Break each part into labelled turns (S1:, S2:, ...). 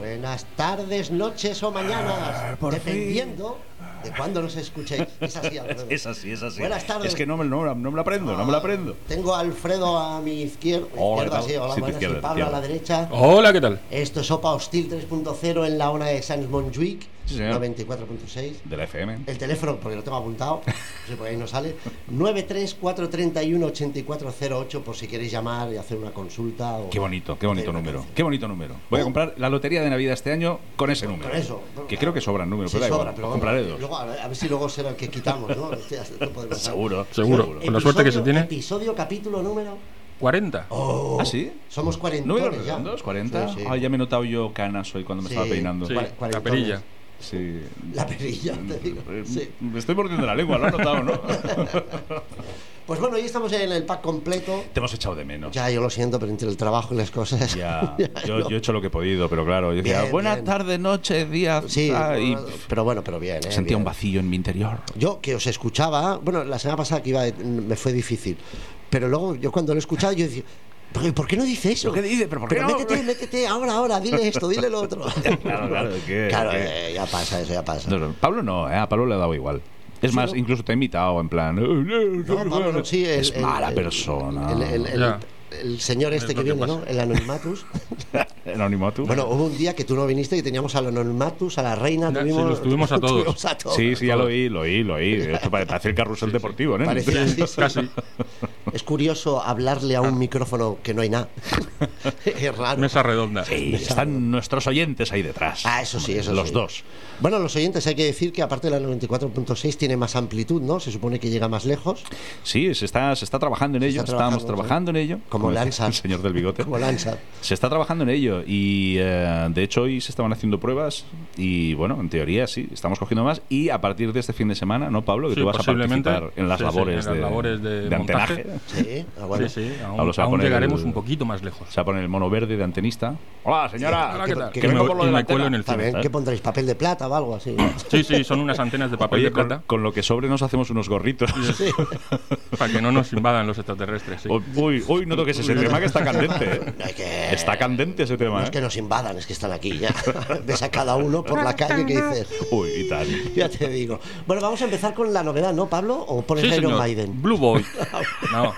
S1: buenas tardes, noches o mañanas,
S2: por
S1: dependiendo de cuándo nos escuchéis. Es así, Alfredo.
S2: Es así, es así.
S1: Buenas tardes.
S2: Es que no me, no, no me la aprendo, no me la aprendo.
S1: Tengo a Alfredo a mi izquierda, izquierda,
S2: Hola, ¿qué tal?
S1: sí, hola,
S2: Sí, tu
S1: buenas, y
S2: izquierda,
S1: Pablo a la
S2: izquierda.
S1: derecha.
S3: Hola, ¿qué tal?
S1: Esto es Sopa Hostil 3.0 en la hora de Sans Montjuic,
S2: Sí, señor.
S1: 94.6.
S2: De la FM.
S1: El teléfono, porque lo tengo apuntado, no sé por ahí no sale, 934318408 por si queréis llamar y hacer una consulta. O...
S2: Qué bonito, qué bonito
S1: Sí, me
S2: número.
S1: parece.
S2: Qué bonito número. Voy a comprar la lotería de Navidad este año con ese número.
S1: Uh. eso.
S2: Que creo que sobran números,
S1: Sí,
S2: pero da
S1: sobra,
S2: igual.
S1: pero vamos,
S2: Compraré dos.
S1: luego, a, ver, a ver si luego será el que quitamos, ¿no? Este, este podemos hacer.
S2: Seguro,
S3: Seguro. Con la suerte que se tiene.
S1: Episodio, capítulo, número.
S3: 40.
S1: Oh,
S2: ¿Ah, sí?
S1: Somos 40.
S2: ¿Números redondos? ¿40? Ah, ya me he notado yo canas hoy cuando me estaba peinando.
S3: Sí.
S2: Vale.
S3: la perilla.
S2: Sí. Eh,
S1: La perilla, te digo. Sí.
S2: Me estoy mordiendo la lengua, lo has notado, ¿no?
S1: Pues bueno, hoy estamos en el pack completo.
S2: Te hemos echado de menos.
S1: Ya, yo lo siento, pero entre el trabajo y las cosas.
S2: Ya.
S1: ya
S2: Yo,
S1: no.
S2: yo he hecho lo que he podido, pero claro. Yo decía,
S1: Bien,
S2: buenas
S1: bien.
S2: tardes, noches, días.
S1: Sí,
S2: ah", y
S1: bueno, pero bueno, pero bien. ¿eh?
S2: sentía un
S1: Bien.
S2: vacío en mi interior.
S1: Yo que os escuchaba, bueno, la semana pasada que iba de- me fue difícil, pero luego yo cuando lo escuchaba yo decía, "¿Pero ¿por qué no dice eso?
S2: ¿Qué dice? ¿Pero por qué
S1: Pero
S2: no?"
S1: métete, métete, ahora, ahora, dile esto, dile lo otro.
S2: Claro, claro, ¿qué?
S1: Claro,
S2: ¿Qué?
S1: eh, ya pasa, eso ya pasa.
S2: No, no, Pablo no, ¿eh? a Pablo le ha dado igual. Es más,
S1: no.
S2: incluso te ha invitado en plan. "Eh, eh,
S1: No, Pablo, no, sí, el-
S2: es
S1: el-
S2: mala
S1: el-
S2: persona.
S1: El, el- el-
S3: Ya.
S1: el señor este
S3: Es
S1: que
S3: lo que
S1: viene, ¿no?
S3: pasa.
S1: El Anonymatus.
S2: El anonimato.
S1: bueno, hubo un día que tú no viniste y teníamos al Anonymatus, a la reina,
S3: Ya, sí,
S1: tuvimos,
S3: los tuvimos a todos.
S1: tuvimos a todos.
S2: sí, sí, ya lo oí, lo oí, lo oí. Esto pare- parece el carrusel deportivo, ¿eh?
S1: Parecía- sí, sí.
S3: Casi.
S1: Es curioso hablarle a un
S2: Ah.
S1: micrófono que no hay nada. es raro.
S3: Mesa redonda.
S2: Sí, están nuestros oyentes ahí detrás.
S1: Ah, eso sí, eso
S2: Los
S1: sí.
S2: dos.
S1: Bueno, los oyentes hay que decir que aparte de la 94.6 tiene más amplitud, ¿no? Se supone que llega más lejos.
S2: Sí, se está, se está trabajando en
S1: Se
S2: ello.
S1: está
S2: Estábamos
S1: trabajando,
S2: trabajando en ello.
S1: Como
S2: decía
S1: Lanza.
S2: El señor del bigote.
S1: Como lanza.
S2: Se está trabajando en ello y eh, de hecho hoy se estaban haciendo pruebas y bueno, en teoría sí, estamos cogiendo más y a partir de este fin de semana, ¿no, Pablo? Que
S3: Sí,
S2: tú vas a
S3: posiblemente.
S2: participar en las
S3: Sí, sí,
S2: labores,
S3: en las
S2: de,
S3: labores de montaje.
S2: antenaje.
S1: Sí, ah, bueno.
S3: Sí, sí,
S2: Ahora
S3: aún,
S2: se va a
S3: aún
S2: poner
S3: llegaremos
S2: el-
S3: un poquito más lejos.
S2: Se va a poner el mono verde de antenista. Hola, señora.
S3: Hola, ¿qué tal?
S1: que
S3: Que me,
S2: vengo por lo
S3: y
S2: de la
S3: me cuelo en
S2: antena.
S3: el Mm.
S1: Está
S3: cine.
S1: bien, ¿qué pondréis? ¿Papel de plata o algo así?
S3: Sí, sí, son unas antenas de papel
S2: Oye,
S3: de
S2: con,
S3: plata
S2: con lo que sobre nos hacemos unos gorritos.
S3: para que no nos invadan los extraterrestres.
S1: Oh,
S3: sí.
S2: Uy, uy, no toques ese tema que está candente. ¿eh?
S1: No hay que-
S2: Está candente ese
S1: No
S2: tema.
S1: es que
S2: ¿eh?
S1: nos invadan, es que están aquí ya. Ves a cada uno por la calle que dices,
S2: Uy, y tal.
S1: ya te digo. Bueno, vamos a empezar con la novedad, ¿no, Pablo? ¿O pones
S3: Sí,
S1: Iron
S3: señor.
S1: Maiden?
S3: Blue Boy. No,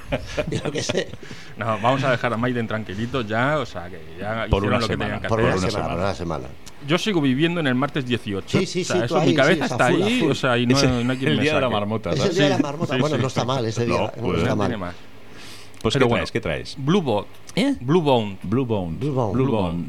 S1: Yo qué sé.
S3: no, vamos a dejar a Maiden tranquilito ya, o sea, que ya
S2: Por
S3: hicieron
S2: una
S3: lo que
S2: semana,
S3: tenían que
S1: Por
S3: hacer.
S1: una, semana,
S2: una semana.
S1: por una semana.
S3: Yo sigo viviendo en el martes 18.
S1: Sí, sí, sí,
S3: O sea,
S1: tú
S3: eso,
S1: ahí,
S3: mi cabeza
S1: sí,
S3: está
S1: a full,
S3: ahí,
S1: a full.
S3: o sea, y no,
S2: Ese-
S3: no hay quien
S2: el
S3: me
S2: día de la
S3: saque.
S2: marmota.
S1: Es
S2: ¿no?
S1: el día de la
S3: Sí,
S1: marmota.
S3: sí,
S1: bueno,
S3: sí.
S1: no está mal ese
S2: No,
S1: día. No,
S2: pues
S1: está
S3: No
S1: mal.
S3: tiene más.
S2: Pues ¿qué
S3: Pero bueno.
S2: traes? ¿Qué traes?
S3: Blue Bond.
S1: ¿Eh?
S3: Blue Bond.
S2: Blue Bone.
S1: Blue Bone.
S2: Blue
S3: Blue
S2: Bone.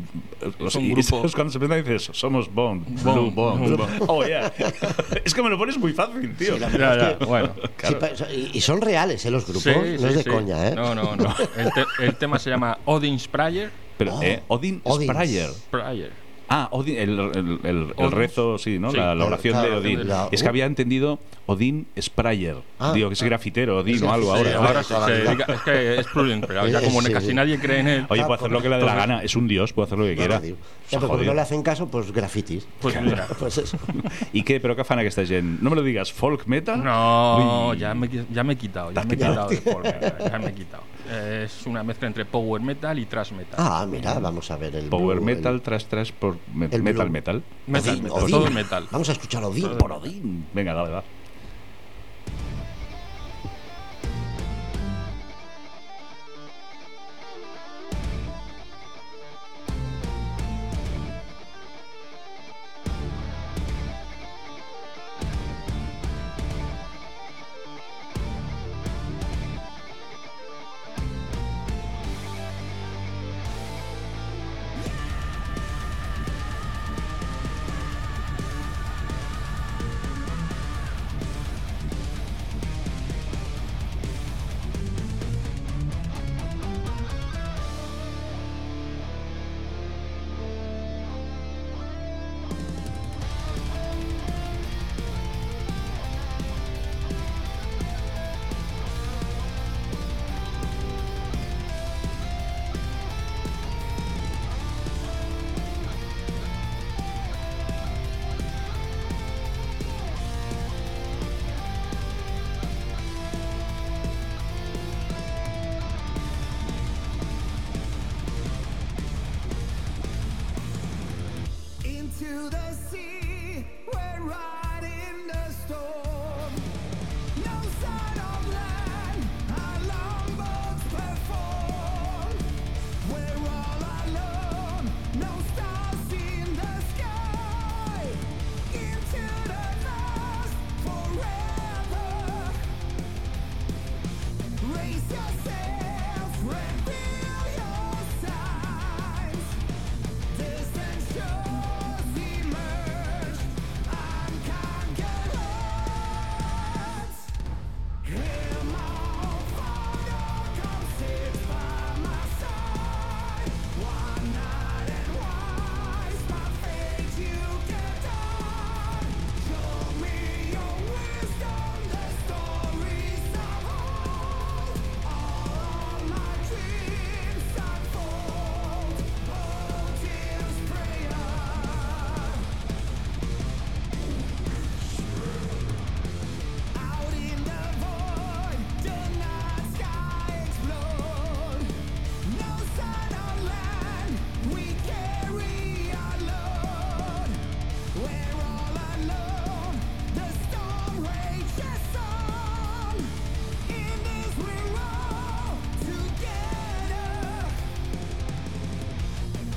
S2: Los-
S3: Es un
S2: y- y
S3: grupo-
S2: sabes cuando se presenta y dices, somos Bone. Blue
S3: Bone,
S2: Bone.
S3: Blue Bone.
S2: Oh, yeah. es que me lo pones muy fácil, tío.
S1: Sí, la
S3: Ya, ya, bueno.
S1: Sí, pa- y- y son reales, ¿eh? Los grupos.
S3: Sí,
S1: no es
S3: sí,
S1: de
S3: sí.
S1: coña, ¿eh?
S3: No, no, no. El, te- el tema se llama Odin's Prayer.
S2: Pero,
S1: Oh.
S2: eh, Odin,
S1: Odin.
S2: Sprayer.
S3: Prayer.
S2: Ah, Odin, el, el- el- el
S3: Odin.
S2: rezo, sí, ¿no?
S3: Sí.
S2: la, la
S1: Claro,
S2: oración
S1: claro,
S2: de Odín.
S1: la-
S2: Es que había entendido Odín Sprayer.
S1: Ah.
S2: Digo, que es grafitero,
S1: Es
S2: Odín o algo
S1: grafitero.
S2: ahora.
S3: Ahora,
S1: ahora
S3: se,
S1: toda la
S3: se
S1: vida.
S3: dedica- es que es prudent, pero ya
S1: Sí,
S3: como
S1: sí,
S3: casi
S1: sí.
S3: nadie cree en él,
S2: Oye, puedo hacer lo que le dé la gana. Es un dios, puedo hacer lo que
S1: No,
S2: quiera.
S1: digo.
S2: Se
S1: Ya,
S2: ha
S1: pero como
S2: jodido.
S1: no le hacen caso, pues grafitis.
S3: pues mira.
S1: Pues eso.
S2: ¿Y qué? ¿Pero qué afana que estás en? No me lo digas, ¿folk metal?
S3: No,
S2: Uy.
S3: ya me, qui- ya me he quitado, ya me he quitado de folk, ya, ya me he quitado. Eh, Es una mezcla entre power metal y thrash metal.
S1: Ah, mira, vamos a ver el.
S2: Power
S1: blue, el-
S2: metal, tras, tras, por me-
S1: el
S2: metal,
S1: blue.
S2: metal.
S3: metal,
S1: Odín,
S3: metal,
S1: Odín.
S3: todo metal.
S1: Vamos a escuchar Odín.
S2: Por Odín. Venga, dale, dale.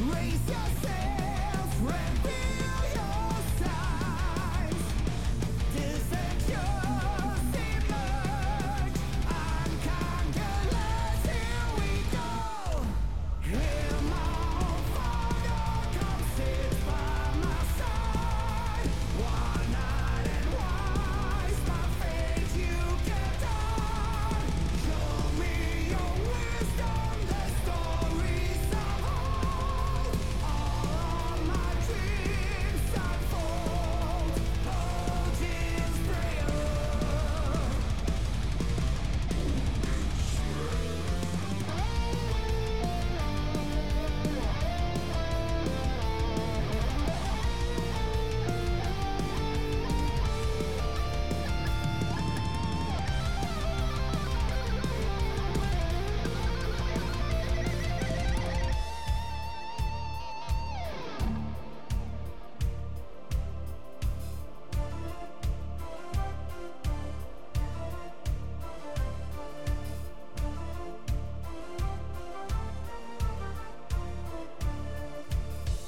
S4: Brace yourself, reveal your signs. Disenchures emerge. Unconquerless, here we go. Him on fire, come sit by my side. One-eyed and wise, by faith you can die. Show me your wisdom, the stories of old. All my dreams unfold. Oh, dear's prayer.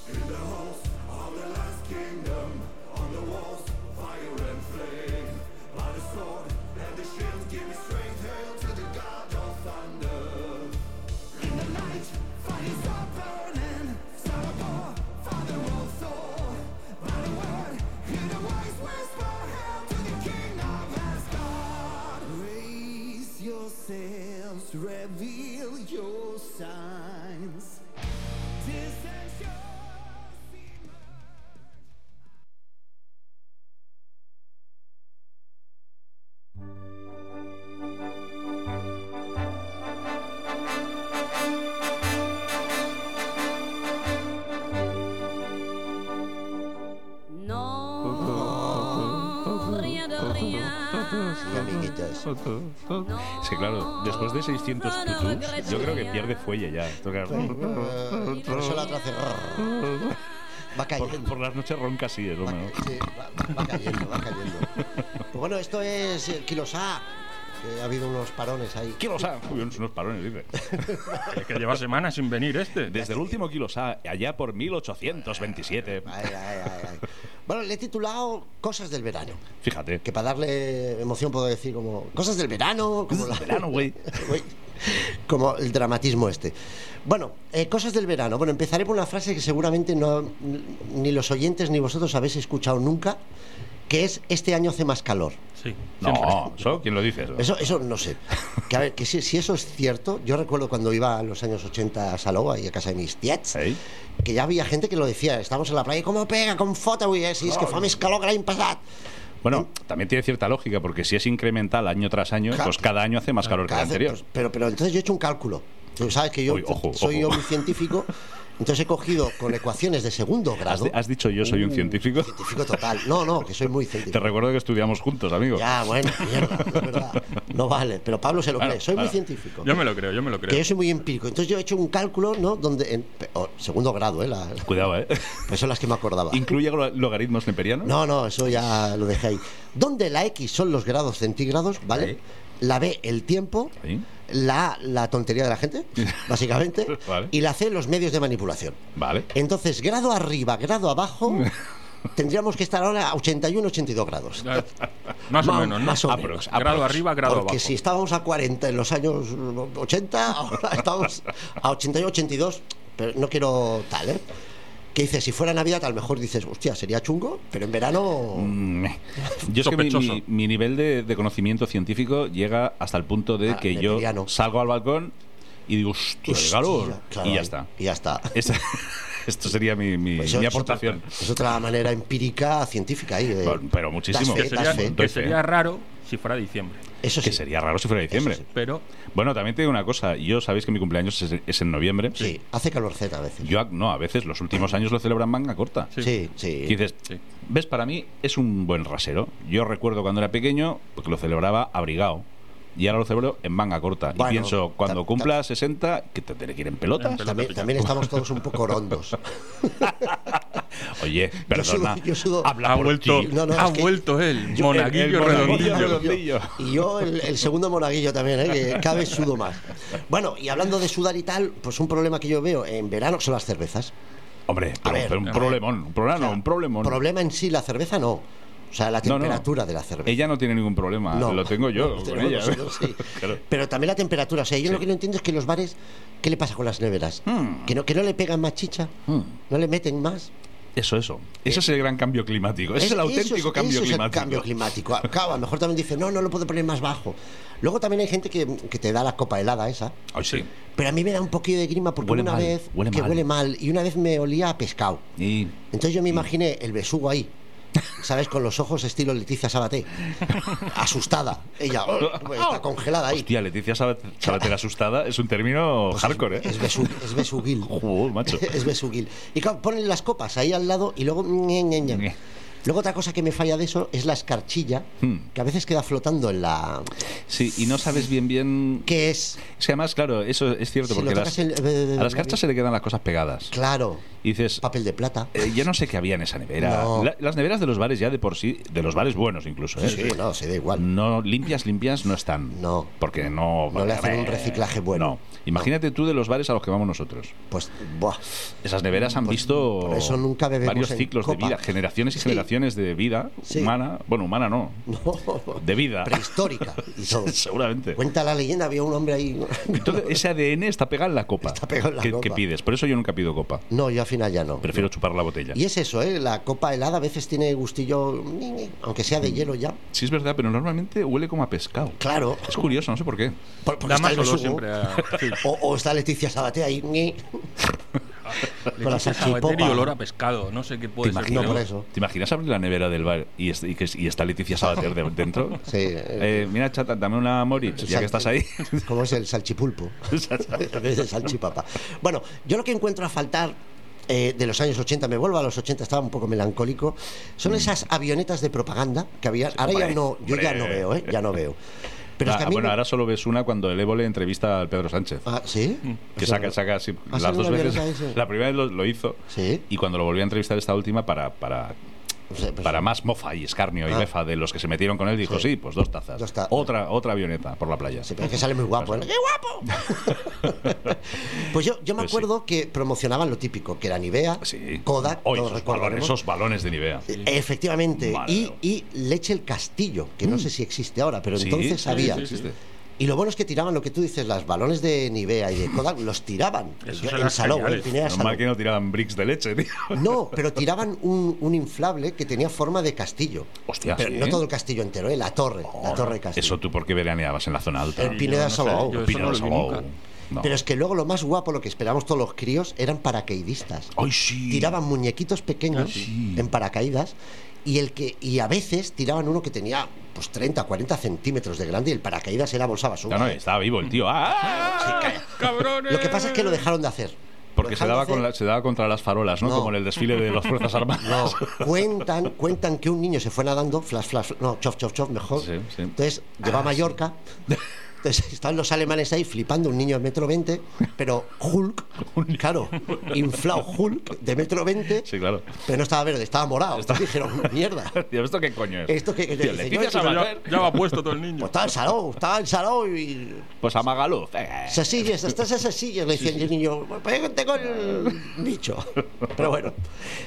S5: In the halls of the last kingdom, on the walls, fire and flame. By the sword and the shield, give me strength, hail to the god of thunder.
S4: In the night, fires are burning. Son of war, father of soul. By the word, hear the wise whisper. Hail to the King of Asgard.
S5: Raise yourselves, reveal your signs.
S4: Disenchures emerge.
S6: Non, rien de
S1: Y
S6: rien.
S1: amiguitas.
S2: Es que claro, después de 600 tutus, yo creo que pierde fuelle ya. Toca-
S1: Por eso la Ah, otra hace. Va
S2: Por,
S1: cayendo.
S2: por las noches ronca sí, es lo
S1: Va,
S2: mejor.
S1: sí, va- va cayendo, va cayendo. Pero Bueno, esto es eh, Kilosá. que ha habido unos parones ahí.
S2: Kilos A, uy, unos parones, dice.
S3: Es que lleva semanas sin venir este.
S2: Desde el último Kilos A, allá por 1827.
S1: Ay, ay, ay, ay. Bueno, le he titulado Cosas del verano.
S2: Fíjate.
S1: Que para darle emoción puedo decir como Cosas del verano, como la-
S2: Verano, güey.
S1: Uy, Como el dramatismo este. Bueno, eh, cosas del verano. Bueno, empezaré por una frase que seguramente no, ni los oyentes ni vosotros habéis escuchado nunca, que es este año hace más calor.
S3: Sí. siempre.
S2: No, ¿eso quién lo dice? eso?
S1: Eso, eso no sé. Que a ver, que si, si eso es cierto, yo recuerdo cuando iba a los años 80 a Saloa y a casa de mis tías,
S2: ¿Eh?
S1: que ya había gente que lo decía, estábamos en la playa, ¿cómo pega con foto, güey? Si es que fue més calor que l'any passat.
S2: Bueno, también tiene cierta lógica, porque si es incremental año tras año,
S1: Claro.
S2: pues cada año hace más calor que el
S1: Cada vez-
S2: anterior.
S1: pues, pero, pero entonces yo he hecho un cálculo. Tú sabes que yo
S2: Uy, ojo,
S1: soy
S2: ojo.
S1: un científico, entonces he cogido con ecuaciones de segundo
S2: Has,
S1: grado.
S2: has dicho yo soy
S1: Uh.
S2: un científico.
S1: Científico total. No, no, que soy muy
S2: Te
S1: científico.
S2: recuerdo que estudiamos juntos, amigo.
S1: Ya, bueno, mierda, es verdad. No vale, pero Pablo se lo
S2: Claro,
S1: cree. Soy
S2: claro.
S1: muy científico.
S3: Yo me lo creo, yo me lo creo.
S1: Que yo soy muy empírico. Entonces yo he hecho un cálculo, ¿no? Donde en o, segundo grado, ¿eh? La-
S2: Cuidado, ¿eh?
S1: pues son las que me acordaba.
S2: ¿Incluye lo- logaritmos neperianos?
S1: No, no, eso ya lo dejé ahí. Donde la X son los grados centígrados, ¿vale?
S2: Sí.
S1: La B, el tiempo.
S2: Sí.
S1: La A, la tontería de la gente, básicamente.
S2: Vale.
S1: Y la C, los medios de manipulación.
S2: Vale.
S1: Entonces, grado arriba, grado abajo, tendríamos que estar ahora a 81, 82 grados.
S3: Ah, Más o
S1: Ma-
S3: menos, ¿no?
S1: más o menos.
S2: Aprox,
S3: Grado
S2: aprox.
S3: arriba, grado
S1: Porque
S3: abajo.
S1: si estábamos a 40 en los años 80, ahora estamos a 81, 82, pero no quiero tal, ¿eh? Que dices, si fuera Navidad, a lo mejor dices, hostia, sería chungo, pero en verano.
S2: Mm, eh. Yo es que mi,
S3: Sospechoso.
S2: mi- mi nivel de, de conocimiento científico llega hasta el punto de
S1: Ah,
S2: que yo
S1: neperiano.
S2: salgo al balcón y digo, hostia, qué calor.
S1: Hostia, claro,
S2: y ya está.
S1: Y pues ya está.
S2: Esta- esto sería mi, mi-
S1: Pues Eso-
S2: mi
S1: eso-
S2: aportación.
S1: Es otra manera empírica, científica ahí. de-
S2: Pero, pero muchísimo.
S1: Das
S3: Que
S1: fe, das fe.
S3: sería,
S2: Doy
S3: que
S2: fe.
S1: ¿eh?
S3: sería raro si fuera diciembre.
S1: eso sí.
S2: Que sería raro si fuera diciembre.
S1: Eso sí.
S3: Pero
S2: Bueno, también te digo una cosa. Yo sabéis que mi cumpleaños es, es en noviembre.
S1: Sí, hace calorceta a veces.
S2: Yo, a- no, a veces los últimos años lo celebran manga corta.
S3: Sí.
S1: Sí,
S2: Y
S1: sí.
S2: dices,
S3: Sí.
S2: ves, para mí es un buen rasero. Yo recuerdo cuando era pequeño porque lo celebraba abrigado. Y ahora lo celebro en manga corta.
S1: Bueno,
S2: y pienso, cuando
S1: ta- ta-
S2: cumpla 60, que te tendré que ir en pelotas.
S3: En pelotas.
S1: También, también estamos todos un poco rondos.
S2: Oye, perdona.
S1: sudo- yo sudo-
S2: habla
S3: ha
S2: por
S3: vuelto,
S2: ti.
S1: No, no,
S3: ha
S1: es que-
S3: vuelto él.
S2: Yo- el- el
S3: monaguillo
S2: monaguillo
S3: redondillo.
S2: redondillo.
S1: Y yo el, el segundo monaguillo también, ¿eh? que cada vez sudo más. Bueno, y hablando de sudar y tal, pues un problema que yo veo en verano son las cervezas.
S2: Hombre, pero,
S1: ver,
S2: pero un
S1: a ver.
S2: problemón. Un problema, no, un problemón.
S1: Problema en sí, la cerveza no. O sea, la
S2: No, no.
S1: temperatura de la cerveza. Este
S2: Ella no tiene ningún problema.
S1: No.
S2: Lo tengo yo
S1: Lo
S2: con
S1: tenemos
S2: ella.
S1: nosotros, sí.
S2: Claro.
S1: Pero también la temperatura. O sea, yo
S2: Sí.
S1: lo que no entiendo es que los bares, ¿qué le pasa con las neveras?
S2: Hmm.
S1: ¿Que, no, ¿Que no le pegan más chicha?
S2: Hmm.
S1: ¿No le meten más?
S2: Eso, eso. Ese es el gran cambio climático. Ese es, el
S1: eso
S2: auténtico
S1: eso es
S2: cambio
S1: el
S2: climático.
S1: cambio climático. Claro, a lo mejor también dice, no, no lo puedo poner más bajo. Luego también hay gente que, que te da la copa helada esa.
S2: Ay, sí.
S1: Pero a mí me da un poquillo de grima porque
S2: Huele
S1: una
S2: mal,
S1: vez
S2: huele
S1: que
S2: mal.
S1: huele mal y una vez me olía a pescado.
S2: Y
S1: Entonces yo me imaginé el besugo ahí, ¿sabes? Con los ojos estilo Leticia Sabaté. Asustada. Ella oh, está congelada ahí.
S2: Hostia, Leticia Sabat- Sabater asustada es un término hardcore, ¿eh?
S1: Pues Es, besu- es besuguil.
S2: Joder, macho.
S1: es besuguil. Y claro, ponen las copas ahí al lado y luego... ñe, ñe, ñe. Luego otra cosa que me falla de eso es la escarchilla,
S2: Hmm.
S1: que a veces queda flotando en la...
S2: Sí, y no sabes bien bien...
S1: ¿Qué es?
S2: Es que además, claro, eso es
S1: Si
S2: cierto, porque
S1: lo
S2: las-
S1: tocas el- eh,
S2: a las cartas se le quedan las cosas pegadas.
S1: Claro.
S2: Y dices,
S1: Papel de plata.
S2: eh, yo no sé qué había en esa nevera.
S1: No.
S2: La- las neveras de los bares ya de por sí, de los bares buenos incluso, ¿eh?
S1: Sí, no, se da igual.
S2: No, limpias, limpias no están.
S1: No.
S2: Porque no...
S1: No le hacen
S2: eh,
S1: un reciclaje bueno.
S2: No. Imagínate tú de los bares a los que vamos nosotros.
S1: Pues, buah.
S2: Esas neveras han
S1: Por-
S2: visto
S1: Pues por eso nunca bebemos
S2: varios
S1: en
S2: ciclos
S1: copa.
S2: de vida, generaciones y
S1: Sí.
S2: generaciones de vida
S1: Sí.
S2: humana. Bueno, humana no.
S1: No.
S2: De vida.
S1: Prehistórica. Y todo.
S2: Seguramente.
S1: Cuenta la leyenda, había un hombre ahí...
S2: Entonces, ese ADN está pegado en la copa.
S1: Está pegado en la
S2: que,
S1: copa.
S2: que pides. Por eso yo nunca pido copa.
S1: No, yo al final ya no.
S2: Prefiero chupar la botella.
S1: Y es eso, ¿eh? La copa helada a veces tiene gustillo, aunque sea
S2: Hmm.
S1: de hielo ya.
S2: Sí, es verdad, pero normalmente huele como a pescado.
S1: Claro.
S2: Es curioso, no sé por qué.
S1: Por- porque
S3: Da
S1: está
S3: más
S1: el
S3: olor
S1: besugo.
S3: siempre a- sí.
S1: O, o está Leticia Sabaté ahí. ñe. Con la
S3: Leticia Sabater
S1: salchipapa.
S3: y olor a pescado. No sé qué
S2: Pues
S3: puede ser.
S1: imagino
S3: pero-
S1: por eso.
S2: ¿Te imaginas abrir la nevera del bar y, es- y que- y está Leticia Sabater de- dentro?
S1: Sí. eh,
S2: Eh, mira, chata, dame una Moritz, ya que estás ahí.
S1: ¿Cómo es el salchipulpo? En vez de salchipapa. Bueno, yo lo que encuentro a faltar eh, de los años 80, me vuelvo a los 80, estaba un poco melancólico, son esas avionetas de propaganda que había. Ahora ya
S2: Mm. hombre,
S1: no, yo ya
S2: hombre.
S1: no veo, ¿eh? Ya no veo. Pero es
S2: Ah,
S1: que a mí
S2: bueno,
S1: me-
S2: ahora solo ves una cuando el Evo le entrevista al Pedro Sánchez.
S1: Ah, ¿Sí?
S2: Que
S1: Es
S2: saca,
S1: verdad.
S2: saca así
S1: ¿Ha
S2: las
S1: salido
S2: dos
S1: una
S2: veces.
S1: avioneta ese?
S2: La primera vez lo, lo hizo.
S1: Sí.
S2: Y cuando lo volvió a entrevistar esta última para, para,
S1: O sea, pues-
S2: para más mofa y escarnio y
S1: Ah.
S2: befa de los que se metieron con él, dijo,
S1: Sí.
S2: sí, pues dos tazas.
S1: Dos tazas.
S2: otra, otra avioneta por la playa.
S1: Sí, pero es que sale muy guapo. ¿eh? ¡Qué guapo! pues yo, yo me
S2: Pues sí.
S1: acuerdo que promocionaban lo típico, que era Nivea,
S2: Sí.
S1: Kodak,
S2: Oy,
S1: todos
S2: esos, balones,
S1: recordaremos.
S2: esos balones de Nivea.
S1: Efectivamente.
S2: Madre
S1: Y,
S2: mía. Mm.
S1: y leche el castillo, que no sé si existe ahora, pero
S2: Sí,
S1: entonces
S2: sí,
S1: había.
S2: sí, existe.
S1: Y lo bueno es que tiraban lo que tú dices, las balones de Nivea y de Kodak, los tiraban.
S3: Esos
S1: Yo-
S3: eran
S1: en Salou,
S3: geniales.
S1: en Pineda
S2: Menos mal
S1: Salou.
S2: que no tiraban bricks de leche, tío.
S1: No, pero tiraban un, un inflable que tenía forma de castillo.
S2: Hostia,
S1: pero
S2: sí. Oh,
S1: no todo el castillo entero, ¿eh? la torre, la torre de castillo.
S2: Eso tú porque veraneabas en la zona alta.
S1: El Pineda
S3: yo no sé,
S1: Salou.
S3: yo eso
S2: Pino
S3: no
S2: de
S3: lo vi
S2: Salou.
S3: nunca.
S2: No.
S1: Pero es que luego lo más guapo, lo que esperamos todos los críos, eran paracaidistas.
S2: Ay, sí.
S1: Tiraban muñequitos
S2: Ah,
S1: pequeños en paracaídas y el que y a veces tiraban uno que tenía pues 30, 40 centímetros de grande y el paracaídas era bolsa basura.
S2: No, no,
S1: ¿eh?
S2: estaba vivo el tío. ¡Ah!
S3: ¡Cabrones!
S1: Lo que pasa es que lo dejaron de hacer.
S2: Porque se daba, con la- se daba contra las farolas, ¿no?
S1: Pues No.
S2: Como en el desfile de las Fuerzas Armadas.
S1: No, cuentan, cuentan que un niño se fue nadando, flash, flash, flash, no, chof, chof, chof, mejor.
S2: Sí, sí. Ah,
S1: Entonces, llegó a Mallorca. Entonces, estaban los alemanes ahí flipando, un niño de metro veinte, pero Hulk, claro, inflado Hulk de metro veinte,
S2: Sí, claro.
S1: pero no estaba verde, estaba morado. Dijeron, mierda. Pues
S2: Tío, ¿esto qué coño es?
S1: Esto que- que-
S2: Tío,
S1: que-
S2: Leticia
S1: yo-
S2: Sabater,
S3: Ya, ya va puesto todo el
S1: Pues
S3: niño.
S1: estaba en Salou, estaba en Salou y.
S2: Pues a Magaluf. eh.
S1: Sesillas, estás en Sesillas, le decían el niño, pégate con el bicho. Pero bueno,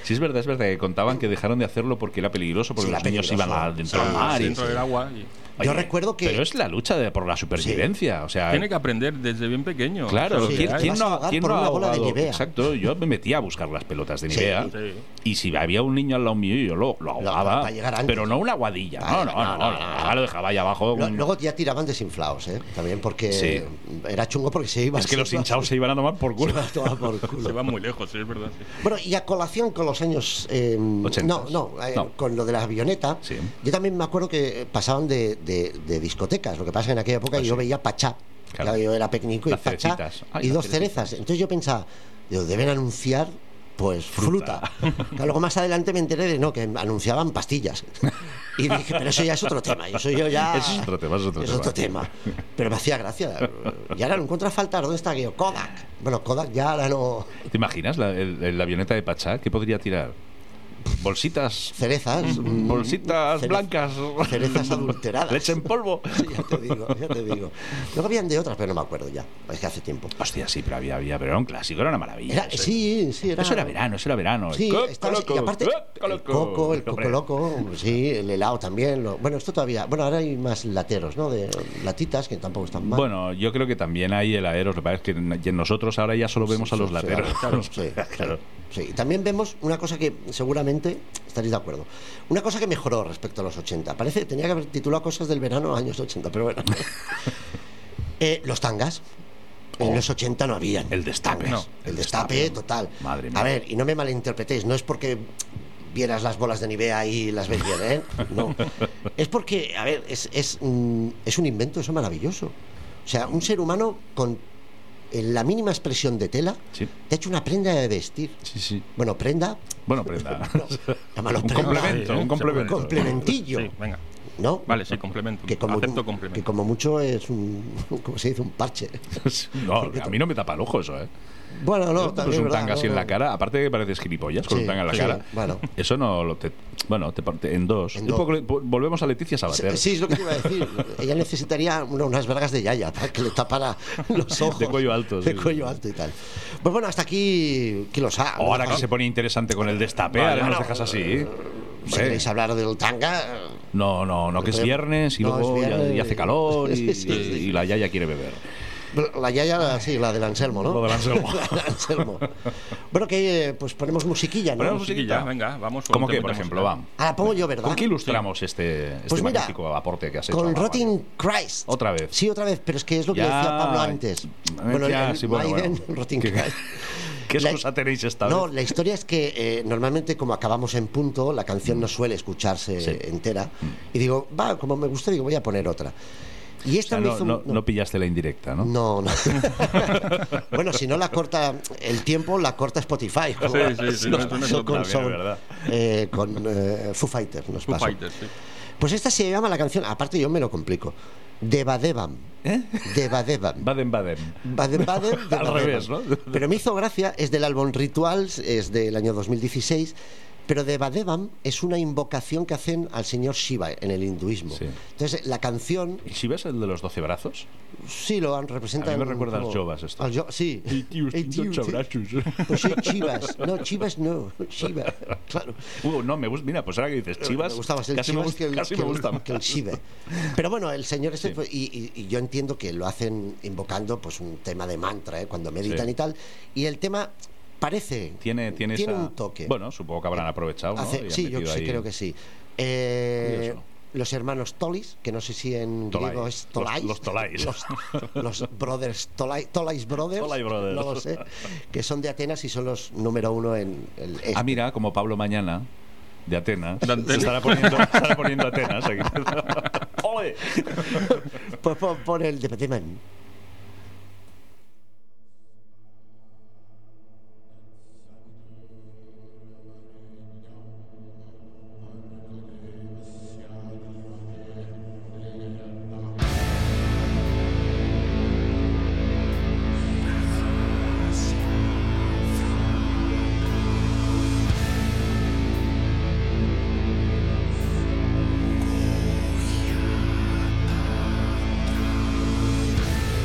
S2: Sí, es verdad, es verdad que contaban que dejaron de hacerlo porque era peligroso, porque
S1: Sí, era
S2: los niños
S1: peligroso.
S2: iban al- dentro del
S1: Sí,
S2: mar. y-
S3: dentro del agua. y-
S1: Yo recuerdo que-
S2: Pero es la lucha de- por la supervivencia. O sea,
S3: Tiene que aprender desde bien pequeño.
S2: Claro,
S3: Eso es
S1: Sí,
S2: ¿quién,
S1: te
S3: real.
S2: quién
S1: vas a
S2: no,
S1: ahogar
S2: quién
S1: por
S2: no ha
S1: una bola de
S2: ahogado?
S1: Nivea.
S2: Exacto, yo me metía a buscar las pelotas de
S1: Sí,
S2: Nivea.
S3: sí.
S2: Y si había un niño al lado mío, yo lo, lo ahogaba.
S1: para llegar antes.
S2: pero no una guadilla.
S1: Vale,
S2: No, no, no. no, no, lo dejaba ahí abajo.
S1: lo-
S2: un-
S1: luego ya tiraban desinflados, ¿eh? También porque
S2: Sí.
S1: era chungo porque se iban.
S2: es que los
S1: se iban-
S2: hinchados se iban a tomar por
S1: se
S2: culo.
S1: iban a tomar por
S3: Se
S1: culo.
S3: va muy lejos, sí, es verdad. sí.
S1: Bueno, y a colación con los años. eh, no,
S2: Ochentas.
S1: no, eh,
S2: No.
S1: con lo de la avioneta.
S2: Sí.
S1: Yo también me acuerdo que pasaban de, de- de discotecas. Lo que pasa es que en aquella época
S2: Ah,
S1: yo
S2: sí.
S1: veía Pachá.
S2: Claro.
S1: Claro, Yo era pequeñico y
S2: Las
S1: Pachá.
S2: cerecitas. Ay,
S1: y
S2: las
S1: dos
S2: cerecitas.
S1: cerezas. Entonces yo pensaba, digo, deben anunciar. Pues fruta. Claro, luego más adelante me enteré de no, que anunciaban pastillas. Y dije, pero eso ya es otro tema. Eso yo ya.
S2: Eso es otro tema, es otro
S1: es otro tema. Pero me hacía gracia. Y ahora lo encuentro a faltar. ¿Dónde está Guillo? Kodak. Bueno, Kodak ya ahora no.
S2: ¿Te imaginas la, el- el- la avioneta de Pachá? ¿Qué podría tirar? bolsitas.
S1: Cerezas. mm,
S2: Bolsitas
S1: cere-
S2: blancas.
S1: Cerezas adulteradas.
S2: Leche en polvo.
S1: Sí, ya te digo, ya te digo. Luego habían de otras, pero no me acuerdo ya. Es que hace tiempo.
S2: Hostia, sí, pero había, había, pero era un clásico, era una maravilla.
S1: Era-
S2: eso,
S1: sí, sí, era.
S2: eso era verano, eso era verano. El
S1: Sí,
S2: coco
S1: estaba-
S2: loco,
S1: y aparte,
S2: coco
S1: el
S2: loco.
S1: coco, el coco
S2: Hombre,
S1: loco, sí, el helado también. lo- bueno, esto todavía. Bueno, ahora hay más lateros, ¿no? De latitas que tampoco están mal.
S2: Bueno, yo creo que también hay heladeros. Lo que pasa es que en- y en nosotros ahora ya solo Pues vemos a los
S1: Sí,
S2: lateros.
S1: Claro, sí, claro. Sí, y también vemos una cosa que seguramente estaréis de acuerdo. Una cosa que mejoró respecto a los 80. Parece que tenía que haber titulado cosas del verano años 80, pero bueno. Eh, los tangas. En
S2: Oh.
S1: los 80 no había.
S2: El destape.
S1: Tangas.
S2: No,
S1: el
S2: el
S1: destape,
S2: destape.
S1: total.
S2: Madre
S1: A
S2: mía.
S1: ver, y no me malinterpretéis, no es porque vieras las bolas de Nivea y las ves bien, ¿eh? No. Es porque, a ver, es, es, mm, es un invento, eso maravilloso. O sea, un ser humano con eh, la mínima expresión de tela
S2: Sí.
S1: te ha hecho una prenda de vestir.
S2: Sí, sí.
S1: Bueno, prenda,
S2: Bueno, prenda.
S1: No, llámalo
S2: un
S1: prenda. ¿eh?
S2: complemento,
S3: Ah, Sí,
S2: un complemento.
S1: Un complementillo.
S3: Sí, venga.
S1: ¿no?
S3: Vale, sí, complemento.
S1: Que como,
S3: Acepto complemento.
S1: que como mucho es un, como se dice, un parche.
S2: No, a mí no me tapa el ojo eso, ¿eh?
S1: Bueno, no,
S2: Tú
S1: también,
S2: un
S1: ¿verdad?
S2: tanga
S1: No,
S2: así en
S1: no.
S2: la cara, aparte de que pareces gilipollas con
S1: Sí,
S2: un tanga en la
S1: sí,
S2: cara.
S1: bueno.
S2: Eso no lo te. Bueno, te, parte- en dos.
S1: En
S2: Un
S1: dos.
S2: poco le- volvemos a Leticia Sabater.
S1: Sí, es lo que te iba a decir. Ella necesitaría una- unas vergas de yaya para que le tapara los ojos.
S2: De cuello alto,
S1: De
S2: sí, sí.
S1: cuello alto y tal. Pues bueno, hasta aquí Kilos A.
S2: Ahora que se pone interesante con el destape,
S1: Vale,
S2: ahora nos
S1: bueno,
S2: dejas así.
S1: Si
S2: Hombre.
S1: queréis hablar del tanga,
S2: No, no, no, que es
S1: Pero-
S2: viernes y
S1: no,
S2: luego
S1: es viernes
S2: ya, ya hace
S1: y-
S2: calor y,
S1: Sí, sí, sí.
S2: y la Yaya quiere beber.
S1: la yaya, sí, la del Anselmo, ¿no?
S2: Lo del Anselmo.
S1: La del Anselmo. Bueno, que eh, pues ponemos musiquilla, ¿no?
S2: Ponemos
S3: Musiquilla,
S2: musiquita.
S3: venga, vamos con
S2: ¿Cómo
S3: un
S2: que,
S3: tema
S2: por
S3: de
S2: ejemplo,
S3: música.
S2: vamos?
S1: Ah, la pongo yo, ¿verdad?
S2: ¿Con qué ilustramos este, este
S1: Pues mira,
S2: magnífico aporte que has hecho?
S1: Con
S2: Álvaro?
S1: Rotting Christ.
S2: Otra vez.
S1: Sí, otra vez, pero es que es lo que
S2: Ya,
S1: decía Pablo antes.
S2: ya,
S1: Bueno, el- el
S2: sí, bueno,
S1: Maiden,
S2: bueno.
S1: Rotting
S2: Que-
S1: Christ.
S2: ¿Qué
S1: La-
S2: excusa tenéis esta
S1: No,
S2: vez?
S1: la historia es que eh, normalmente como acabamos en punto, la canción no suele escucharse
S2: Sí. Mm.
S1: entera. Y digo, va, como me gusta, digo, voy a poner otra. Y
S2: O
S1: esta
S2: sea,
S1: me
S2: no,
S1: hizo...
S2: no-
S1: no.
S2: no pillaste la indirecta, ¿no?
S1: No, no. bueno, si no la corta el tiempo, la corta Spotify. como
S3: Sí, sí, sí,
S1: nos
S3: no,
S1: pasó
S3: eso no
S1: con,
S2: está bien,
S1: Sound,
S2: ¿verdad?
S1: eh, con eh, Foo Fighters. Nos
S3: Foo
S1: pasó.
S3: Fighters, sí.
S1: Pues esta se llama la canción, aparte yo me lo complico. Deva Devam.
S2: ¿Eh?
S1: Deva Devam.
S2: Baden Baden.
S1: Baden Baden. de
S2: Al
S1: Baden.
S2: revés, ¿no?
S1: Pero me hizo gracia, es del álbum Rituals, es del año 2016. Pero Deva Devam es una invocación que hacen al señor Shiva en el hinduismo.
S2: Sí.
S1: Entonces, la canción
S2: ¿Y si ves el de los 12 brazos?
S1: sí lo han representado.
S2: A mí me recuerda al Jovas esto.
S1: sí. El tío, Eh, sí. Pues sí, Chivas. No, Chivas no. Chivas. Claro.
S2: Uh, no, me gusta. Mira, pues ahora que dices Chivas.
S1: Eh, me gusta más el
S2: casi
S1: Chivas
S2: me gusta,
S1: que el,
S2: casi
S1: que
S2: me
S1: el-
S2: gusta más.
S1: que el Chive. Pero bueno, el señor este,
S2: Sí.
S1: pues, y, y- y yo entiendo que lo hacen invocando pues un tema de mantra, ¿eh? cuando meditan
S2: Sí.
S1: y tal. Y el tema parece.
S2: Tiene, tiene, esa-
S1: un toque.
S2: Bueno, supongo que habrán aprovechado. ¿no?
S1: Hace-
S2: Y han
S1: sí, yo
S2: metido
S1: sí
S2: ahí-
S1: creo que sí. Eh,
S2: Curioso.
S1: los hermanos Tolis, que no sé si en
S2: Tolai.
S1: griego es
S2: Los-
S1: Tolais.
S2: los Tolais.
S1: Los, los brothers, Tolai, Tolais brothers,
S2: Tolai brothers.
S1: No lo sé. Que son de Atenas y son los número uno en el. este.
S2: Ah, mira, como Pablo Mañana, de Atenas.
S3: De Atenas.
S2: Se estará poniendo, se estará poniendo Atenas aquí. ¡Ole!
S1: Pues pon, pon el de Petimen.
S5: Thank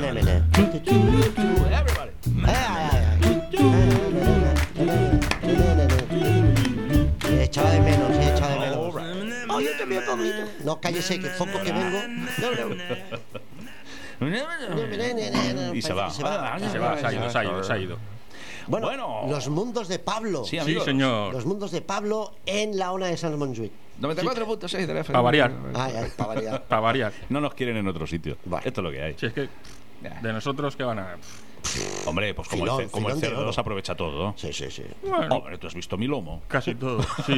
S1: nene. Ay, ay, ay. He echado de menos, he echado de menos. Oh, yo también, Pablito. No, cállese, que foco que vengo.
S2: Y se va.
S3: Y se va, se ha ido, se ha ido, se ha ido.
S1: Bueno,
S2: Bueno.
S1: los mundos de Pablo.
S2: Sí,
S3: Sí,
S2: amigos.
S3: señor.
S1: Los mundos de Pablo en la ONA de San Montjuic.
S2: 94.6 de la FM.
S3: Pa' variar.
S1: Ay, ay, para variar.
S3: Para variar.
S2: No nos quieren en otro sitio.
S1: Vale.
S2: Esto es lo que hay.
S3: Si es que
S2: Ya.
S3: de nosotros que van a
S2: Hombre, pues como,
S1: Filón,
S2: el, ce- como el
S1: filón de
S2: cerdo
S1: oro.
S2: los aprovecha todo.
S1: Sí, sí, sí.
S3: Bueno.
S2: Hombre, tú has visto mi lomo.
S3: casi todo. Sí,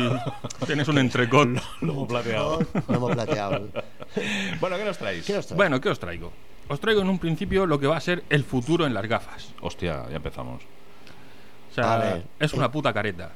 S3: tienes un entrecot.
S2: Lomo plateado.
S1: No, no hemos plateado.
S2: bueno, ¿qué nos traéis?
S1: ¿Qué nos traes?
S3: Bueno, ¿qué os traigo? Os traigo en un principio lo que va a ser el futuro en las gafas.
S2: Hostia, ya empezamos.
S3: O sea,
S1: Vale.
S3: es una puta careta.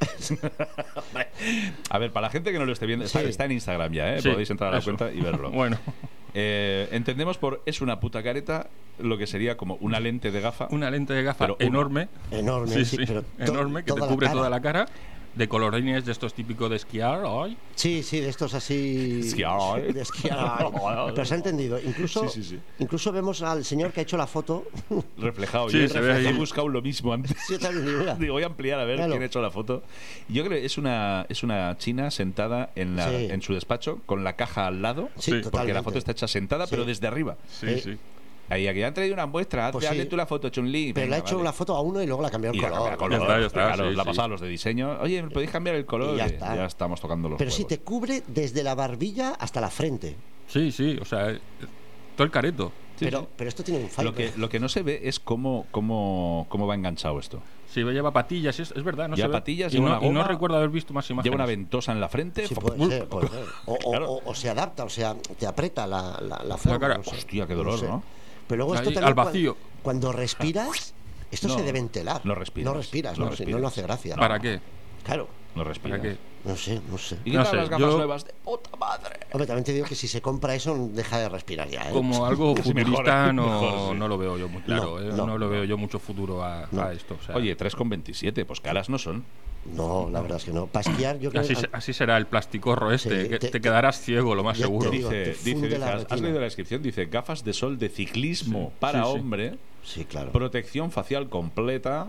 S2: A ver, para la gente que no lo esté viendo, está,
S1: Sí.
S2: está en Instagram ya, ¿eh?
S3: Sí,
S2: Podéis entrar a la
S3: eso.
S2: cuenta y verlo.
S3: bueno,
S2: Eh, entendemos por es una puta careta lo que sería como una lente de gafa.
S3: una lente de gafa
S2: Pero una.
S3: enorme.
S1: Enorme,
S3: Sí,
S1: sí,
S3: sí,
S1: pero to-
S3: enorme que te
S1: toda la
S3: cubre
S1: cara.
S3: toda la cara. De colorines de estos típicos de esquiar. Ay,
S1: Sí, sí, de estos así.
S2: Esquiar, ¿eh?
S1: De esquiar. Pero se ha entendido. Incluso,
S2: Sí, sí, sí.
S1: incluso vemos al señor que ha hecho la foto.
S2: Reflejado.
S3: Sí,
S2: yo he
S3: se ve ahí.
S2: he buscado lo mismo antes.
S1: Yo también digo, mira.
S2: Digo, voy a ampliar a ver
S1: Claro.
S2: quién ha hecho la foto. Yo creo que es una, es una china sentada en, la,
S1: Sí.
S2: en su despacho con la caja al lado.
S1: Sí,
S3: porque
S2: Porque la
S1: totalmente.
S2: foto está hecha sentada, pero
S1: Sí.
S2: desde arriba.
S3: sí,
S1: Eh,
S3: sí.
S2: Ahí, aquí han traído una muestra. Hazte
S1: Pues sí.
S2: hazle tú la foto, Chun-Li.
S1: Pero le ha
S2: Venga,
S1: hecho
S2: vale.
S1: la foto a uno y luego la ha cambiado
S2: Y
S1: el
S2: la
S1: color.
S2: cambia el color.
S3: Ya está, ya está,
S2: claro,
S3: sí,
S2: la
S3: sí.
S2: pasada a los de diseño. Oye, ¿me podéis cambiar el color? eh,
S1: Y ya está.
S2: estamos tocando los
S1: Pero sí,
S2: huevos.
S1: te cubre desde la barbilla hasta la frente.
S3: Sí, sí, o sea, eh, todo el careto.
S2: Sí,
S1: pero,
S2: sí.
S1: pero esto tiene un fallo.
S2: Lo que, lo que no se ve es cómo, cómo, cómo va enganchado esto.
S3: Sí, lleva patillas, es, es verdad, no
S2: Lleva
S3: se ve.
S2: patillas,
S3: y
S2: lleva
S3: no,
S2: una
S3: y no
S2: goma,
S3: recuerdo haber visto más imágenes.
S2: Lleva una ventosa en la frente. ¡uh!
S1: Sí,
S2: Fo-
S1: puede ser, puede ser. O, o-
S2: Este Claro.
S1: o- o se adapta, o sea, te aprieta la, la, la forma.
S3: cara.
S1: no sé.
S2: Hostia, qué dolor, ¿no?
S1: Pero luego esto
S3: Ahí,
S1: también
S3: al
S1: cuan-
S3: vacío.
S1: Cuando, respiras, esto
S2: No,
S1: se debe entelar.
S2: no respiras,
S1: No respiras,
S2: no
S1: no, si no, no
S2: respiras.
S1: hace gracia.
S3: ¿Para qué?
S1: Claro,
S2: No
S3: ¿Para
S2: respira.
S3: qué?
S1: no sé, no sé.
S2: ¿Y qué
S3: No
S2: tal
S3: sé,
S2: las gafas
S3: yo-
S2: nuevas de puta madre?
S1: Hombre, también te digo que si se compra eso, deja de respirar ya. ¿eh?
S3: Como algo
S2: Sí, mejor,
S3: futurista no,
S2: mejor, sí.
S3: no lo veo yo muy claro,
S1: No,
S3: eh,
S1: no,
S3: no, lo veo yo mucho futuro a, a esto. o sea,
S2: Oye, 3,27, pues caras no son.
S1: No, la verdad es que no. Para esquiar, yo creo
S2: eh,
S3: así,
S1: que.
S3: se- así será el plasticorro este,
S1: Sí,
S3: que
S1: te-
S3: te, quedarás ciego, lo más
S1: ya te
S3: seguro.
S1: digo.
S2: Dice,
S1: te
S2: dice,
S1: funde
S2: dice,
S1: la
S2: has, has
S1: retina.
S2: leído la descripción, dice gafas de sol de ciclismo para
S3: sí, sí.
S2: hombre,
S1: Sí, claro.
S2: protección facial completa,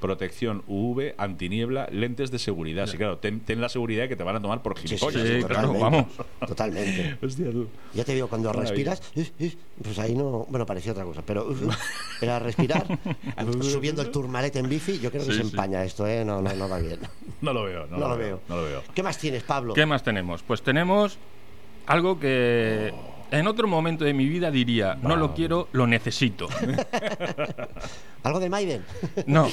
S2: protección UV, antiniebla, lentes de seguridad. Sí, claro, ten, ten la seguridad que te van a tomar por
S1: Sí, sí,
S2: gilipollas.
S1: sí,
S3: sí, claro,
S1: totalmente,
S3: vamos.
S1: Totalmente.
S2: Hostia, tú.
S1: Ya te digo, cuando
S2: Maravilla.
S1: respiras, eh, eh, pues ahí no. Bueno, parecía otra cosa, pero eh, era respirar, subiendo el turmalet en bici, yo creo que
S3: Sí,
S1: se
S3: sí.
S1: empaña esto, ¿eh? No, no, no va bien.
S2: No lo veo, no,
S1: No lo veo.
S2: No lo veo.
S1: ¿Qué más tienes, Pablo?
S3: ¿Qué más tenemos? Pues tenemos algo que
S1: Oh.
S3: en otro momento de mi vida diría, no lo quiero, lo necesito.
S1: ¿Algo de Maiden?
S3: No,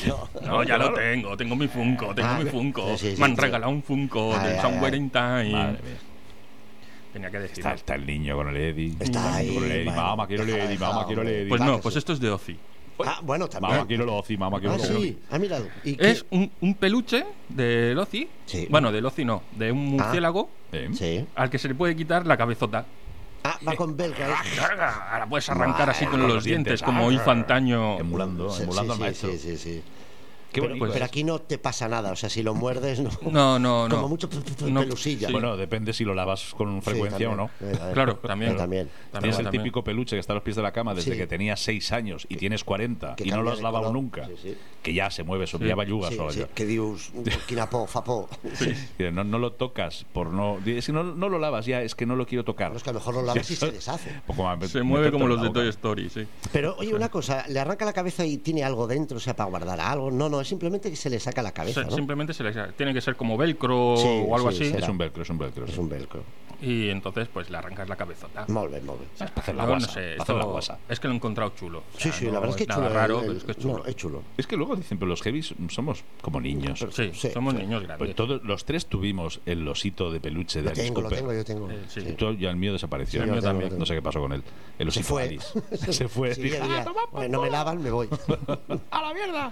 S3: no, ya lo tengo, tengo mi Funko, tengo
S1: Ah,
S3: mi Funko.
S1: sí, sí,
S3: Me han
S1: sí.
S3: regalado un Funko
S1: Ay,
S3: del
S1: ay,
S3: Somewhere
S1: ay.
S3: in Time.
S2: Madre mía.
S3: Tenía que decir.
S2: Está, está el niño con el Eddie.
S1: Está ahí,
S2: Con el Eddie.
S1: bueno,
S2: Mamá, quiero el
S1: déjalo,
S2: Eddie. Mamá,
S1: déjalo,
S2: quiero el
S1: hombre.
S2: Eddie.
S3: Pues
S1: va
S3: no,
S1: que
S3: pues
S1: sí.
S3: esto es de Ozzy.
S1: Ah, bueno, también.
S2: Mamá, quiero el Ozzy. Mamá, quiero
S1: Ah,
S2: el Ozzy.
S1: sí, ha mirado. ¿Y qué?
S3: Es un, un peluche de Loci.
S1: Sí.
S3: Bueno, de Loci no, de un
S1: Ah.
S3: murciélago
S2: Eh,
S1: Sí.
S3: al que se le puede quitar la cabezota.
S1: Ah, va con Belka.
S3: Carga, Ahora puedes arrancar así con
S2: con
S3: los
S2: los
S3: dientes,
S2: dientes,
S3: como
S2: ah,
S3: hizo antaño.
S2: Emulando,
S1: Sí,
S2: emulando al
S1: sí,
S2: maestro.
S1: sí, sí, sí.
S2: Qué
S3: Pero,
S2: bonito.
S3: pues,
S2: ¿eh?
S1: Pero aquí no te pasa nada, o sea, si lo muerdes, no.
S3: No, no, no.
S1: Como mucho p- p-
S3: No,
S1: pelusilla.
S3: sí.
S2: Bueno, depende si lo lavas con
S1: Sí,
S2: frecuencia o no.
S1: también, eh, también.
S3: Claro, también.
S1: Eh, también.
S3: También,
S2: Tienes el
S3: también.
S2: típico peluche que está a los pies de la cama desde
S1: Sí.
S2: que tenías 6 años y tienes 40
S1: que
S2: y no lo
S1: cambia
S2: has
S1: de
S2: lavado
S1: color.
S2: nunca.
S1: Sí, sí.
S2: Que ya se mueve, sobre
S3: Sí.
S2: ya bayugas
S1: Sí,
S2: o
S1: sí,
S2: algo.
S1: que dius, quinapó, fapó.
S2: Dice, No, no lo tocas por no. dice, Si no, no lo lavas ya, es que no lo quiero tocar.
S1: Los que a lo mejor lo lavas y se deshace.
S2: Poco más,
S3: Se
S2: me-
S3: mueve
S2: meto
S3: como
S2: en
S3: los
S2: la
S3: de
S2: boca.
S3: Toy Story, sí.
S1: Pero oye, una cosa, le arranca la cabeza y tiene algo dentro, o sea, para guardar algo. No, no, es simplemente que se le saca la cabeza,
S3: Se-
S1: ¿no?
S3: Simplemente se le, tiene que ser como velcro
S1: Sí,
S3: o algo
S1: sí,
S3: así.
S1: será.
S2: Es un velcro, es un velcro.
S1: Es un velcro.
S3: Y entonces, pues le arrancas la cabezota.
S1: Muy bien, muy bien.
S3: O sea,
S2: para hacer la
S3: yo
S2: guasa, para hacer la guasa.
S3: Es que lo he encontrado chulo. O
S1: Sí,
S3: sea,
S1: sí,
S3: no
S1: la verdad es que es
S3: nada
S1: chulo.
S3: raro,
S1: el-
S3: pero es que es chulo.
S1: No, es chulo.
S2: Es que luego dicen, pero los heavies somos como niños.
S3: Sí,
S1: Sí,
S3: somos
S1: sí.
S3: niños grandes.
S2: Pues todos, los tres tuvimos el osito de peluche de
S1: Lo
S2: Alice
S1: tengo, lo
S2: Cooper.
S1: tengo, yo tengo.
S3: Eh, sí.
S1: Sí.
S2: Tú- ya el mío desapareció.
S1: Sí, yo tengo, yo tengo.
S2: No sé qué pasó con él. El
S1: Se
S2: osito
S1: fue.
S2: Alice. Se fue.
S1: Sí,
S2: dijo,
S1: ya, ya.
S2: "Ah, toma por
S1: Bueno, no me
S2: culo".
S1: lavan, me voy.
S2: ¡A la mierda!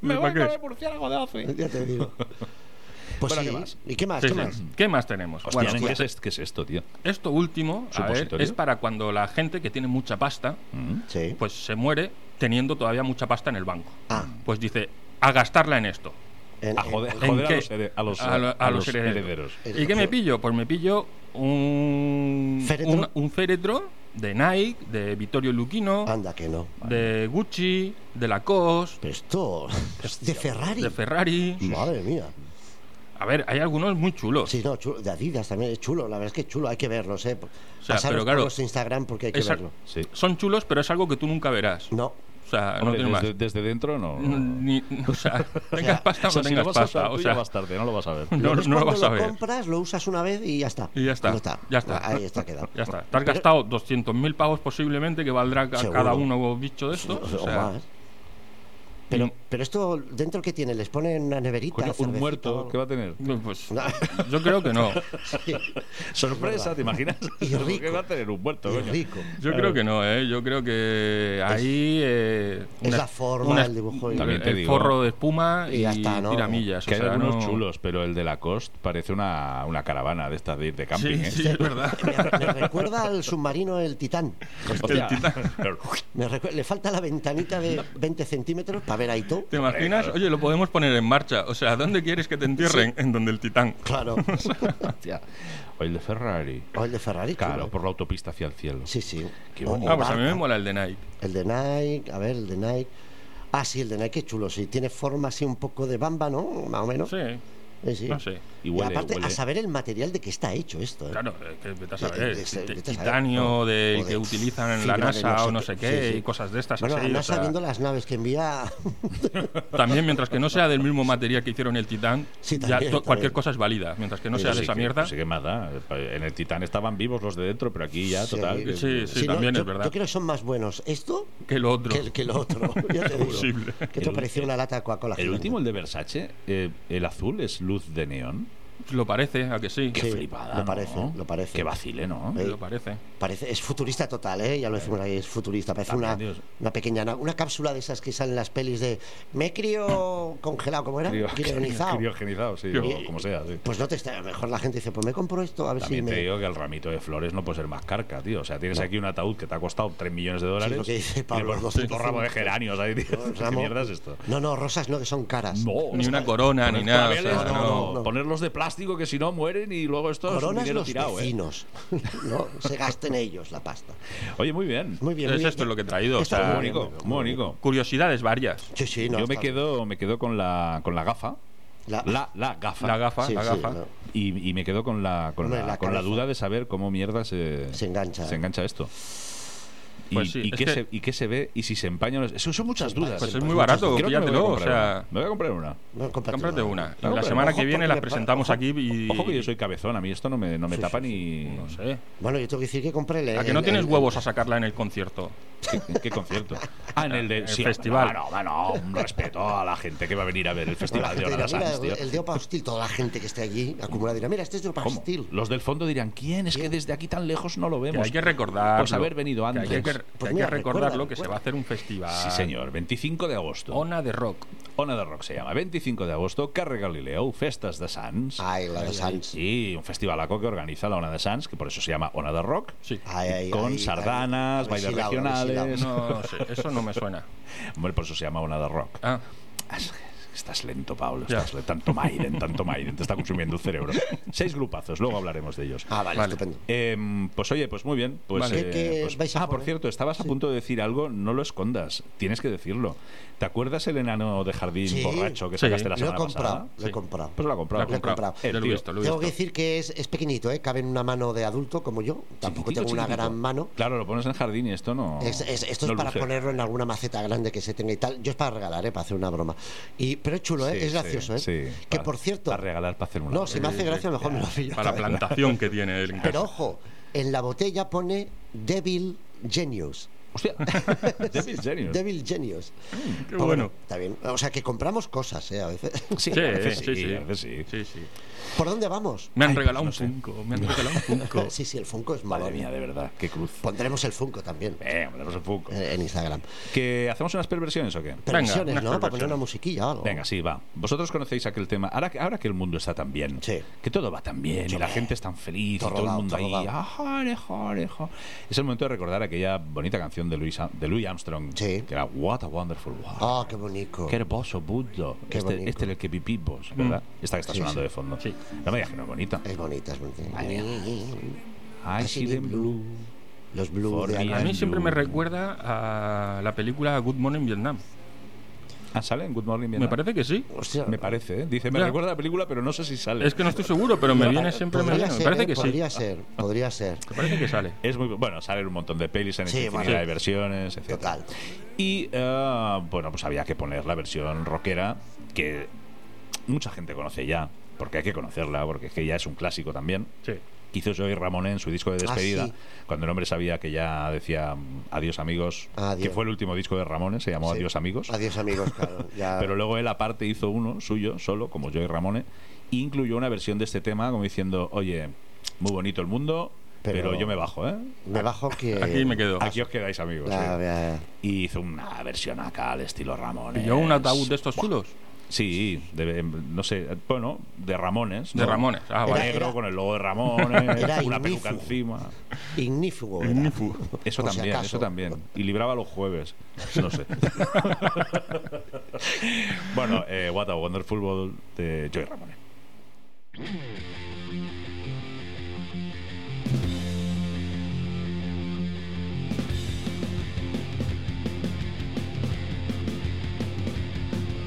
S3: ¿Me
S2: ¡Me voy
S3: pa' qué?
S2: con el murciélago de Ozzy!
S1: ya te digo. Pues
S2: Bueno,
S1: sí.
S2: ¿qué más?
S1: ¿Y qué más?
S3: Sí,
S1: ¿Qué
S3: sí.
S1: más?
S3: ¿Qué más tenemos?
S2: Hostia,
S3: bueno,
S1: hostia.
S2: ¿qué, es, est- qué es esto, tío?
S3: esto último a ver,
S2: ¿Supositorio?
S3: es para cuando la gente que tiene mucha pasta,
S2: Mm.
S1: Sí.
S3: pues se muere teniendo todavía mucha pasta en el banco.
S1: Ah.
S3: Pues dice, a gastarla en esto.
S1: En-
S2: A Ah, joder,
S1: en-
S2: a, joder a
S3: qué?
S2: los, here- a los,
S3: A lo- a
S2: a
S3: los
S2: los herederos.
S1: herederos.
S3: ¿Y qué me pillo? Pues me pillo un
S1: ¿Féretro?
S3: un, un féretro de Nike, de Vittorio Luquino,
S1: Anda que no.
S3: de Gucci, de Lacoste,
S1: Pero esto es de Ferrari.
S3: de Ferrari.
S1: Madre mía.
S3: A ver, hay algunos muy chulos.
S1: Sí, no, chulo, de Adidas también es chulo, la verdad es que es chulo, hay que verlos, ¿eh?
S3: sea,
S1: Pasaros
S3: pero claro,
S1: por los Instagram porque hay que
S3: Esa-
S1: verlo.
S2: Sí.
S3: Son chulos, pero es algo que tú nunca verás.
S1: No,
S3: O sea, no
S2: Hombre,
S3: tiene más.
S2: desde, desde dentro no.
S3: Ni- o sea, tengas
S1: sea,
S3: pasta o no
S2: si lo
S3: tengas
S2: vas a usar
S3: pasta.
S2: tú
S3: O
S2: ya
S3: sea,
S2: más tarde, no lo vas a ver.
S3: no,
S1: ves
S3: no lo
S1: cuando
S3: vas a ver.
S1: compras, lo usas una vez y ya está.
S3: Y ya está,
S1: No está.
S3: ya está.
S1: Ahí está quedado.
S3: Ya está. Te has gastado 200.000 pavos posiblemente, que valdrá ca-
S1: Seguro.
S3: cada uno bicho de estos.
S1: O
S3: O sea, mm.
S1: más. Pero, pero esto, ¿dentro qué tiene? ¿Les ponen una neverita?
S2: Coño, un
S1: cervecita o
S2: muerto,
S1: algo?
S2: ¿qué va a tener?
S3: pues, yo creo que no.
S2: Sorpresa, ¿te imaginas?
S1: Y rico.
S2: ¿Qué va a tener un muerto,
S1: Y
S2: coño?
S1: rico.
S3: Yo creo que no, ¿eh? Yo creo que ahí... eh,
S1: es la forma, el dibujo y-
S2: También te
S3: el
S2: digo.
S3: forro de espuma
S1: Y
S3: y,
S1: ya está, ¿no?
S3: tiramillas. o
S2: Que hay
S3: sea,
S2: algunos
S3: no-
S2: chulos, pero el de la cost parece una, una caravana de estas de ir de
S3: Sí,
S2: camping, ¿eh?
S3: sí, es verdad.
S1: Me, me recuerda al submarino el Titán.
S2: Hostia.
S1: Me recu- le falta la ventanita de 20 centímetros para ver ahí todo.
S3: ¿Te imaginas? Oye, lo podemos poner en marcha. O sea, ¿dónde quieres que te entierren? En donde el titán.
S1: Claro.
S2: Hostia. O el de Ferrari.
S1: O el de Ferrari.
S2: Claro,
S1: chulo.
S2: por la autopista hacia el cielo.
S1: Sí, sí.
S2: Qué
S1: O-
S2: bonito.
S1: o
S3: Ah, pues a mí me
S1: Barca.
S3: mola el de Nike.
S1: El de Nike, a ver, el de Nike. Ah, sí, el de Nike es chulo, sí. Tiene forma así un poco de bamba, ¿no? Más o menos.
S3: Sí,
S1: Sí, sí.
S3: no sé.
S2: Y
S1: Y
S2: huele,
S1: aparte,
S2: huele.
S1: a saber el material de que está hecho esto. ¿eh?
S3: Claro, eh, que vete a saber,
S1: Eh, eh,
S3: eh,
S1: eh,
S3: ti-
S1: vete a saber,
S3: titanio
S1: ¿no?
S3: del
S1: O de
S3: que utilizan en la
S1: fibra de
S3: NASA
S1: no sé
S3: o no
S1: qué,
S3: sé qué
S1: sí, sí.
S3: y cosas de estas
S1: Bueno,
S3: así. o
S1: además
S3: sea,
S1: sabiendo las naves que envía.
S3: También, mientras que no sea del mismo material que hicieron el Titán,
S1: Sí,
S3: ya
S1: también,
S3: to- cualquier
S1: también.
S3: cosa es válida. Mientras que no
S1: Sí,
S3: sea
S2: Sí,
S3: de esa
S2: que-
S3: mierda,
S2: Sí, que más da. En el Titán estaban vivos los de dentro, pero aquí ya, total.
S1: Sí,
S3: Sí, sí,
S1: no,
S3: también
S1: yo-
S3: es verdad.
S1: Yo creo que son más buenos esto
S3: que lo otro.
S1: que el, que el otro. ya te digo.
S3: Posible.
S1: Que te
S2: El-
S1: pareció una lata de Coca-Cola.
S2: El
S1: gigante.
S2: último, el de Versace, eh, el azul es luz de neón.
S3: Lo parece, a que sí.
S2: Qué
S1: Sí,
S2: flipada.
S1: lo parece,
S2: ¿no?
S1: lo parece.
S2: Qué vacile, ¿no?
S1: Eh,
S3: Lo parece.
S1: Parece, es futurista total, ¿eh? Ya lo decimos ahí, es futurista. Parece
S2: También,
S1: una,
S2: Dios.
S1: una pequeña na- una cápsula de esas que salen en las pelis de me crío congelado, ¿cómo era?
S2: Crio-
S1: Crionizado.
S2: Criogenizado, sí,
S3: Crio-
S2: o como sea. sí.
S1: Pues no te está. a lo Mejor la gente dice, pues me compro esto, a ver
S2: También
S1: si
S2: te
S1: me.
S2: digo que el ramito de flores no puede ser más carca, tío. O sea, tienes aquí un ataúd que te ha costado 3 millones de dólares.
S1: lo que dice
S2: y
S1: Pablo,
S2: le pones
S1: los
S2: un puto ramo de geranios ahí, tío.
S1: Ramo-
S2: ¿Qué mierda es esto?
S1: No, no, rosas no, que son caras.
S2: No,
S3: Ni una corona, ni nada. o sea,
S2: claveles,
S1: no,
S3: no.
S1: no, no.
S2: Ponerlos de plástico que si no mueren y luego esto es un
S1: Coronas
S2: dinero
S1: los
S2: tirado, ¿eh?
S1: vecinos. no, se gasten ellos la pasta.
S2: Oye, muy bien. Ah,
S1: Muy bien.
S3: Es
S1: muy bien.
S3: esto lo que he traído. o
S1: Esto
S3: sea,
S1: es
S2: Muy bonito,
S1: bien,
S2: muy bonito.
S3: curiosidades varias.
S1: Sí, sí, no,
S2: Yo me
S1: está-
S2: quedo, me quedo con la con la gafa.
S1: La-
S2: La, la gafa.
S3: La gafa,
S1: Sí,
S3: la
S1: sí,
S3: gafa.
S1: no.
S2: Y, y me quedo con la con,
S1: Hombre,
S2: la,
S1: la
S2: con la
S1: cabeza.
S2: duda de saber cómo mierda se,
S1: Se engancha. ¿eh?
S2: se engancha esto. Y,
S3: Pues sí,
S2: y
S3: es
S2: qué
S3: que-
S2: se, y qué se ve y si se empañan los- Eso son muchas dudas.
S3: Pues es
S2: Creo
S3: muy
S2: muchas
S3: barato,
S2: dudas. Creo que me voy a
S3: píllatelo. O
S2: comprar
S3: sea,
S2: una. me voy a comprar una.
S1: No, cómprate
S3: Cómprate una. Y
S2: Ojo,
S3: la semana
S1: ojo,
S3: que viene
S1: porque me
S3: las
S1: pa-
S3: presentamos
S1: ojo.
S3: aquí y.
S2: Ojo que yo soy cabezón, a mí esto no me, no me
S1: Sí,
S2: tapa
S1: sí,
S2: ni.
S3: No sé.
S1: Bueno, yo tengo que decir que compré el.
S3: A que
S1: el-
S3: no tienes
S1: el-
S3: huevos a sacarla en el concierto.
S2: ¿Qué, qué concierto? Ah, en el, de,
S3: El
S2: sí,
S3: festival.
S2: Bueno, bueno, un respeto a la gente que va a venir a ver
S1: Bueno,
S2: el
S1: la
S2: festival de
S1: gente
S2: Hora
S1: dirá, mira,
S2: Sans, tío.
S1: el, el de Opa Hostil, toda la gente que esté allí acumulada dirá, mira, este es de Opa
S2: ¿Cómo?
S1: Hostil.
S2: Los del fondo dirán, ¿quién? Es que desde aquí tan lejos no lo
S3: Que
S2: vemos.
S3: hay que recordar.
S2: Pues haber venido antes. Ah,
S3: Que hay que, que
S1: Pues
S3: hay
S1: mira,
S3: que recordarlo
S1: recuerda,
S3: que se
S1: recuerda.
S3: va a hacer un festival.
S2: Sí, señor. 25 de agosto.
S3: Ona de rock.
S2: Ona de Rock se llama. 25 de agosto, Carre Galileu, Festes de Sants.
S1: Ay, la de Sans.
S2: Sí, un festivalaco que organiza la Ona de Sants, que por eso se llama Ona de Rock.
S3: Sí.
S1: Ay, ay,
S2: Con
S1: ay, ay,
S2: sardanas,
S1: a ver si
S2: bailes
S1: la- a ver si la-
S2: regionales.
S3: No sé, eso no me suena.
S2: Hombre, por eso se llama Ona de Rock.
S3: Ah,
S2: Es- Estás lento, Pablo.
S3: Ya.
S2: Estás le- Tanto Maiden, tanto Maiden. Te está consumiendo el cerebro. Seis grupazos, luego hablaremos de ellos.
S1: Ah, vale,
S3: Vale.
S1: estupendo.
S2: Em, pues oye, pues muy bien. Pues,
S3: Vale.
S2: eh,
S1: ¿Qué- qué
S2: pues-
S1: vais a
S2: ah, por
S1: poner?
S2: cierto, estabas a punto de decir algo, no lo escondas, tienes que decirlo. ¿Te acuerdas el enano de jardín
S1: Sí.
S2: borracho que
S3: Sí.
S2: sacaste la
S1: Lo he
S2: semana
S1: comprado,
S2: pasada?
S1: lo he
S3: Sí.
S1: comprado.
S2: Pues lo ha comprado.
S1: Lo he comprado.
S2: El
S3: Ya lo he
S2: tío.
S3: visto, lo he
S1: Tengo que
S3: visto.
S1: decir que es, es pequeñito, ¿eh? cabe en una mano de adulto como yo. Tampoco
S2: Chiquitito,
S1: tengo una
S2: chiquitito.
S1: gran mano.
S2: Claro, lo pones en el jardín y esto no.
S1: Es- es- esto
S2: no
S1: es para
S2: luce.
S1: ponerlo en alguna maceta grande que se tenga y tal. Yo es para regalar, ¿eh? para hacer una broma. Y, pero es chulo, ¿eh?
S2: Sí,
S1: es
S2: sí,
S1: gracioso. ¿eh?
S2: sí,
S1: que
S2: para-
S1: por cierto.
S2: Para regalar, para hacer una.
S1: No, si me hace gracia, mejor me lo pillo.
S3: para la plantación que tiene él en casa.
S1: Pero ojo, en la botella pone Devil Genius.
S2: Hostia. Devil Genius.
S1: Devil Genius.
S3: Qué
S1: Pero
S3: bueno.
S1: Está bien. O sea que compramos cosas, ¿eh? A veces.
S2: Sí,
S3: Sí,
S2: a veces
S3: sí, sí.
S2: a veces sí.
S3: Sí, sí.
S1: ¿Por dónde vamos?
S3: Me han
S2: Ay,
S3: regalado
S2: pues no
S3: un
S2: sé.
S3: Funko. Me han regalado un Funko.
S1: Sí, sí, el Funko es malo.
S2: Madre mía, de verdad, qué cruz.
S1: Pondremos el Funko también eh,
S2: Eh, ponemos el Funko.
S1: en Instagram.
S2: ¿Que hacemos unas perversiones o qué?
S1: Perversiones,
S3: unas
S1: ¿no? Para poner
S3: perversiones.
S1: una musiquilla o algo.
S2: Venga, sí, va. Vosotros conocéis aquel tema. Ahora, que- ahora que el mundo está tan bien,
S1: Sí.
S2: que todo va tan bien, y la
S1: Hombre.
S2: gente es tan feliz,
S1: Todo
S2: y todo
S1: rodado,
S2: el mundo
S1: todo
S2: ahí.
S1: rodado.
S2: "Ah, jore, jore, jore". Es el momento de recordar aquella bonita canción canción de Louis, Am- de Louis Armstrong,
S1: Sí.
S2: que era What a Wonderful World.
S1: Ah, qué bonito.
S2: Qué hermoso mundo.
S1: Qué
S2: este,
S1: bonito.
S2: este es el que vivimos, ¿verdad? Esta que está
S1: Sí, sí.
S2: sonando
S1: Eh,
S2: de fondo.
S3: Mm. Sí.
S2: No me digas que no es bonita.
S1: Es bonita, es bonita.
S2: Madre I
S1: I
S2: see
S1: see
S2: them
S1: them
S2: blue.
S1: Los Blue
S2: For
S1: de
S2: me.
S3: A
S1: Ana.
S3: mí siempre me
S2: Andrew.
S3: recuerda a la película Good Morning Vietnam.
S2: Ah, sale en Good Morning
S3: Me
S2: Vietnam.
S3: parece que sí.
S1: Hostia,
S2: Me parece, ¿eh? Dice, me
S3: Ya.
S2: recuerda a la película, pero no sé si sale.
S3: Es que no estoy seguro, pero me viene siempre. Me,
S1: podría
S3: viene. me
S1: ser,
S3: parece
S1: eh,
S3: que sí.
S1: podría ser, podría ser.
S3: Me parece que sale.
S2: Es muy bueno, salen un montón de pelis en
S1: Sí,
S2: infinidad
S1: bueno.
S2: de versiones, etc.
S1: Total.
S2: Y eh, bueno, pues había que poner la versión rockera que mucha gente conoce ya, porque hay que conocerla, porque es que ya es un clásico también.
S3: Sí.
S2: que hizo Joey Ramonet en su disco de
S1: Ah,
S2: despedida,
S1: sí.
S2: cuando el hombre sabía que ya decía mm, adiós amigos,
S1: Adiós.
S2: que fue el último disco de Ramones, se llamó
S1: Sí.
S2: Adiós amigos,
S1: Adiós, amigos, claro. Ya...
S2: pero luego él aparte hizo uno suyo, solo, como Joey Ramonet, e incluyó una versión de este tema como diciendo, oye, muy bonito el mundo, pero,
S1: Pero- Ah,
S2: yo me bajo, ¿eh?
S1: Me bajo que.
S3: Aquí me quedo.
S2: Aquí os quedáis amigos.
S1: Ya,
S2: sí".
S1: ya,
S2: Y hizo una versión acá al estilo Ramones.
S3: Pilló
S1: eh,
S3: un ataúd de estos chulos.
S2: Sí, de- em, no sé, bueno, de Ramones.
S3: De
S2: ¿no?
S3: Ramones. Ah,
S2: Era-
S3: vale.
S2: negro
S1: era-
S2: con el logo de Ramones,
S1: Era
S2: una
S1: Ignifu.
S2: peluca encima.
S1: ya. Ignífugo. era.
S2: Eso
S1: Por si
S2: también,
S1: acaso.
S2: eso también. Y libraba los jueves. No sé. bueno, eh, What a Wonderful World de Joey Ramones.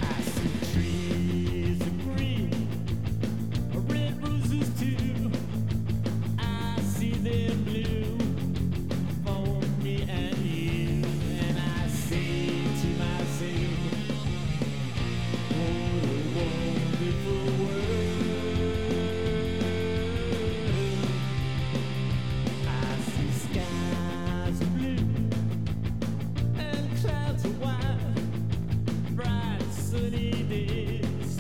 S6: I see trees of green, red roses too. I see them blue for me and you, and I say to myself, What a wonderful world! I see skies of blue and clouds of white bright sunny days,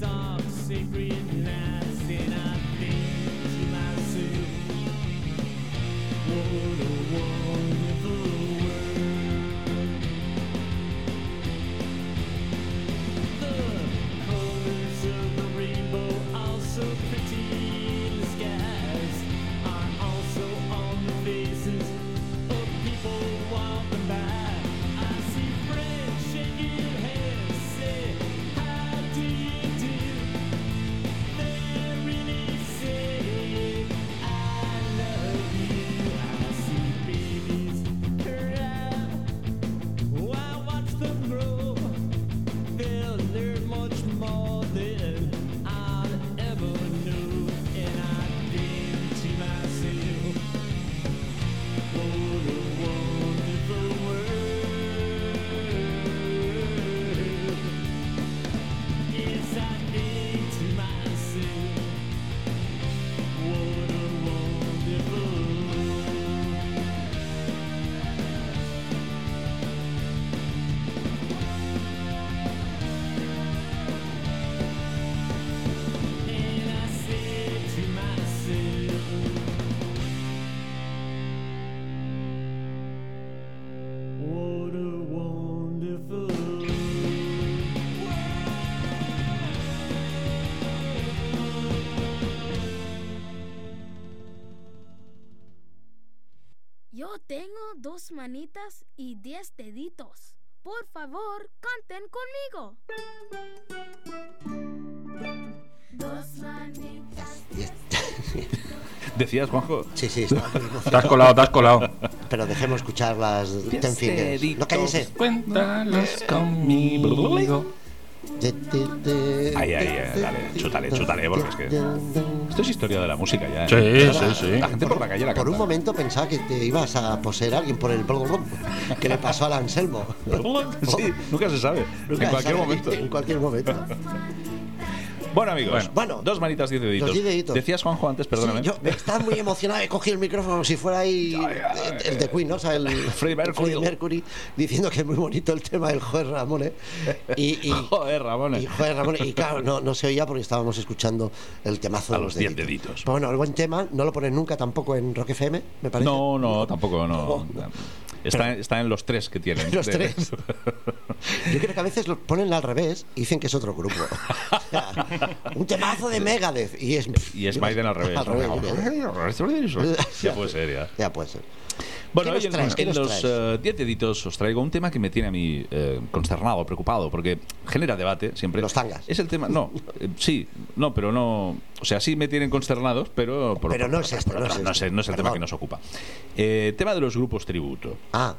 S6: dark sacred nights, and I think to myself, what a wonderful world. The colors of the rainbow are so pretty in the skies, are also on the faces of people walking by. I see friends shaking hands, say, How do you do? They really say, I love you. I see babies cry. Oh, I watch them grow they'll learn much more than I'll ever know. And I think to myself, what a wonderful world. Yes, I think to myself, what a wonderful world. And I said to myself, What a wonderful
S7: Yo tengo dos manitas y diez deditos. Por favor, canten conmigo. Dos manitas.
S1: Y es-
S2: Decías, Juanjo,
S1: Sí, sí, estaba muy
S3: Te has
S1: emocionado.
S3: colado, te has colado.
S1: Pero dejemos escuchar las Ten Fingers. No cállense.
S3: Cuéntalas conmigo.
S2: Ay, ay, ay, eh, dale, chútale, chútale, porque es que- esto es historia de la música ya. ¿eh?
S3: Sí, sí, sí.
S2: La gente por la calle la
S1: Por un
S2: canta.
S1: momento pensaba que te ibas a poseer a alguien por el blog que le pasó al Anselmo.
S2: Sí, nunca se sabe. en cualquier momento.
S1: En cualquier momento.
S2: Bueno, amigos,
S1: Bueno.
S2: dos manitas, diez deditos.
S1: Los diez deditos.
S2: Decías, Juanjo, antes, perdóname.
S1: Sí, yo estaba muy emocionado, he cogido el micrófono como si fuera ahí el, el de Queen, ¿no? O sea, el
S2: Freddie Mercury.
S1: Freddie Mercury, diciendo que es muy bonito el tema del Joder Ramones. Y, y,
S2: Joder, Ramones.
S1: y Joder Ramones. Y claro, no, no se oía porque estábamos escuchando el temazo
S2: A
S1: de
S2: los
S1: los
S2: diez
S1: deditos.
S2: deditos.
S1: Pero bueno, el buen tema no lo ponen nunca tampoco en Rock FM, me parece.
S2: No, no, tampoco,
S1: No.
S2: no. Está, está en los tres que tienen.
S1: Los
S2: De-
S1: tres. Yo creo que a veces lo ponen al revés y dicen que es otro grupo. O sea, un temazo de Megadeth. Y es,
S2: Y es Biden al revés.
S1: Al revés, yo creo.
S2: ya puede ser, ya.
S1: pues, Ya puede ser.
S2: Bueno,
S1: nos
S2: hoy en-
S1: traes? ¿Qué
S2: en
S1: nos
S2: los
S1: traes?
S2: eh, 10 deditos os traigo un tema que me tiene a mí eh, consternado, preocupado, porque genera debate siempre.
S1: Los tangas.
S2: Es el tema, no, eh, sí, no, pero no. O sea, sí me tienen consternados, pero. por-
S1: Pero no es este, no es
S2: No,
S1: este.
S2: no es el tema
S1: Perdón.
S2: que nos ocupa. Eh, tema de los grupos tributo.
S1: Ah,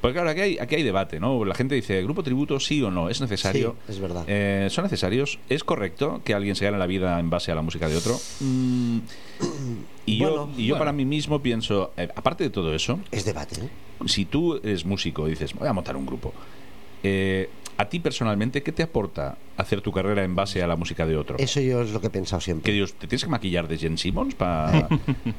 S2: Porque claro, aquí hay, aquí hay debate, ¿no? La gente dice, ¿grupo tributo sí o no? ¿Es necesario?
S1: Sí, es verdad.
S2: Eh, ¿Son necesarios? ¿Es correcto que alguien se gane la vida en base a la música de otro? Mm, y yo,
S1: Bueno,
S2: y yo
S3: bueno.
S2: para mí mismo pienso, eh, aparte de todo eso,
S1: es debate. ¿eh?
S2: si tú eres músico y dices, voy a montar un grupo, eh, a ti personalmente, ¿qué te aporta hacer tu carrera en base a la música de otro?
S1: Eso yo es lo que he pensado
S2: Que
S1: siempre.
S2: Dios, te tienes que maquillar de Jen Simmons para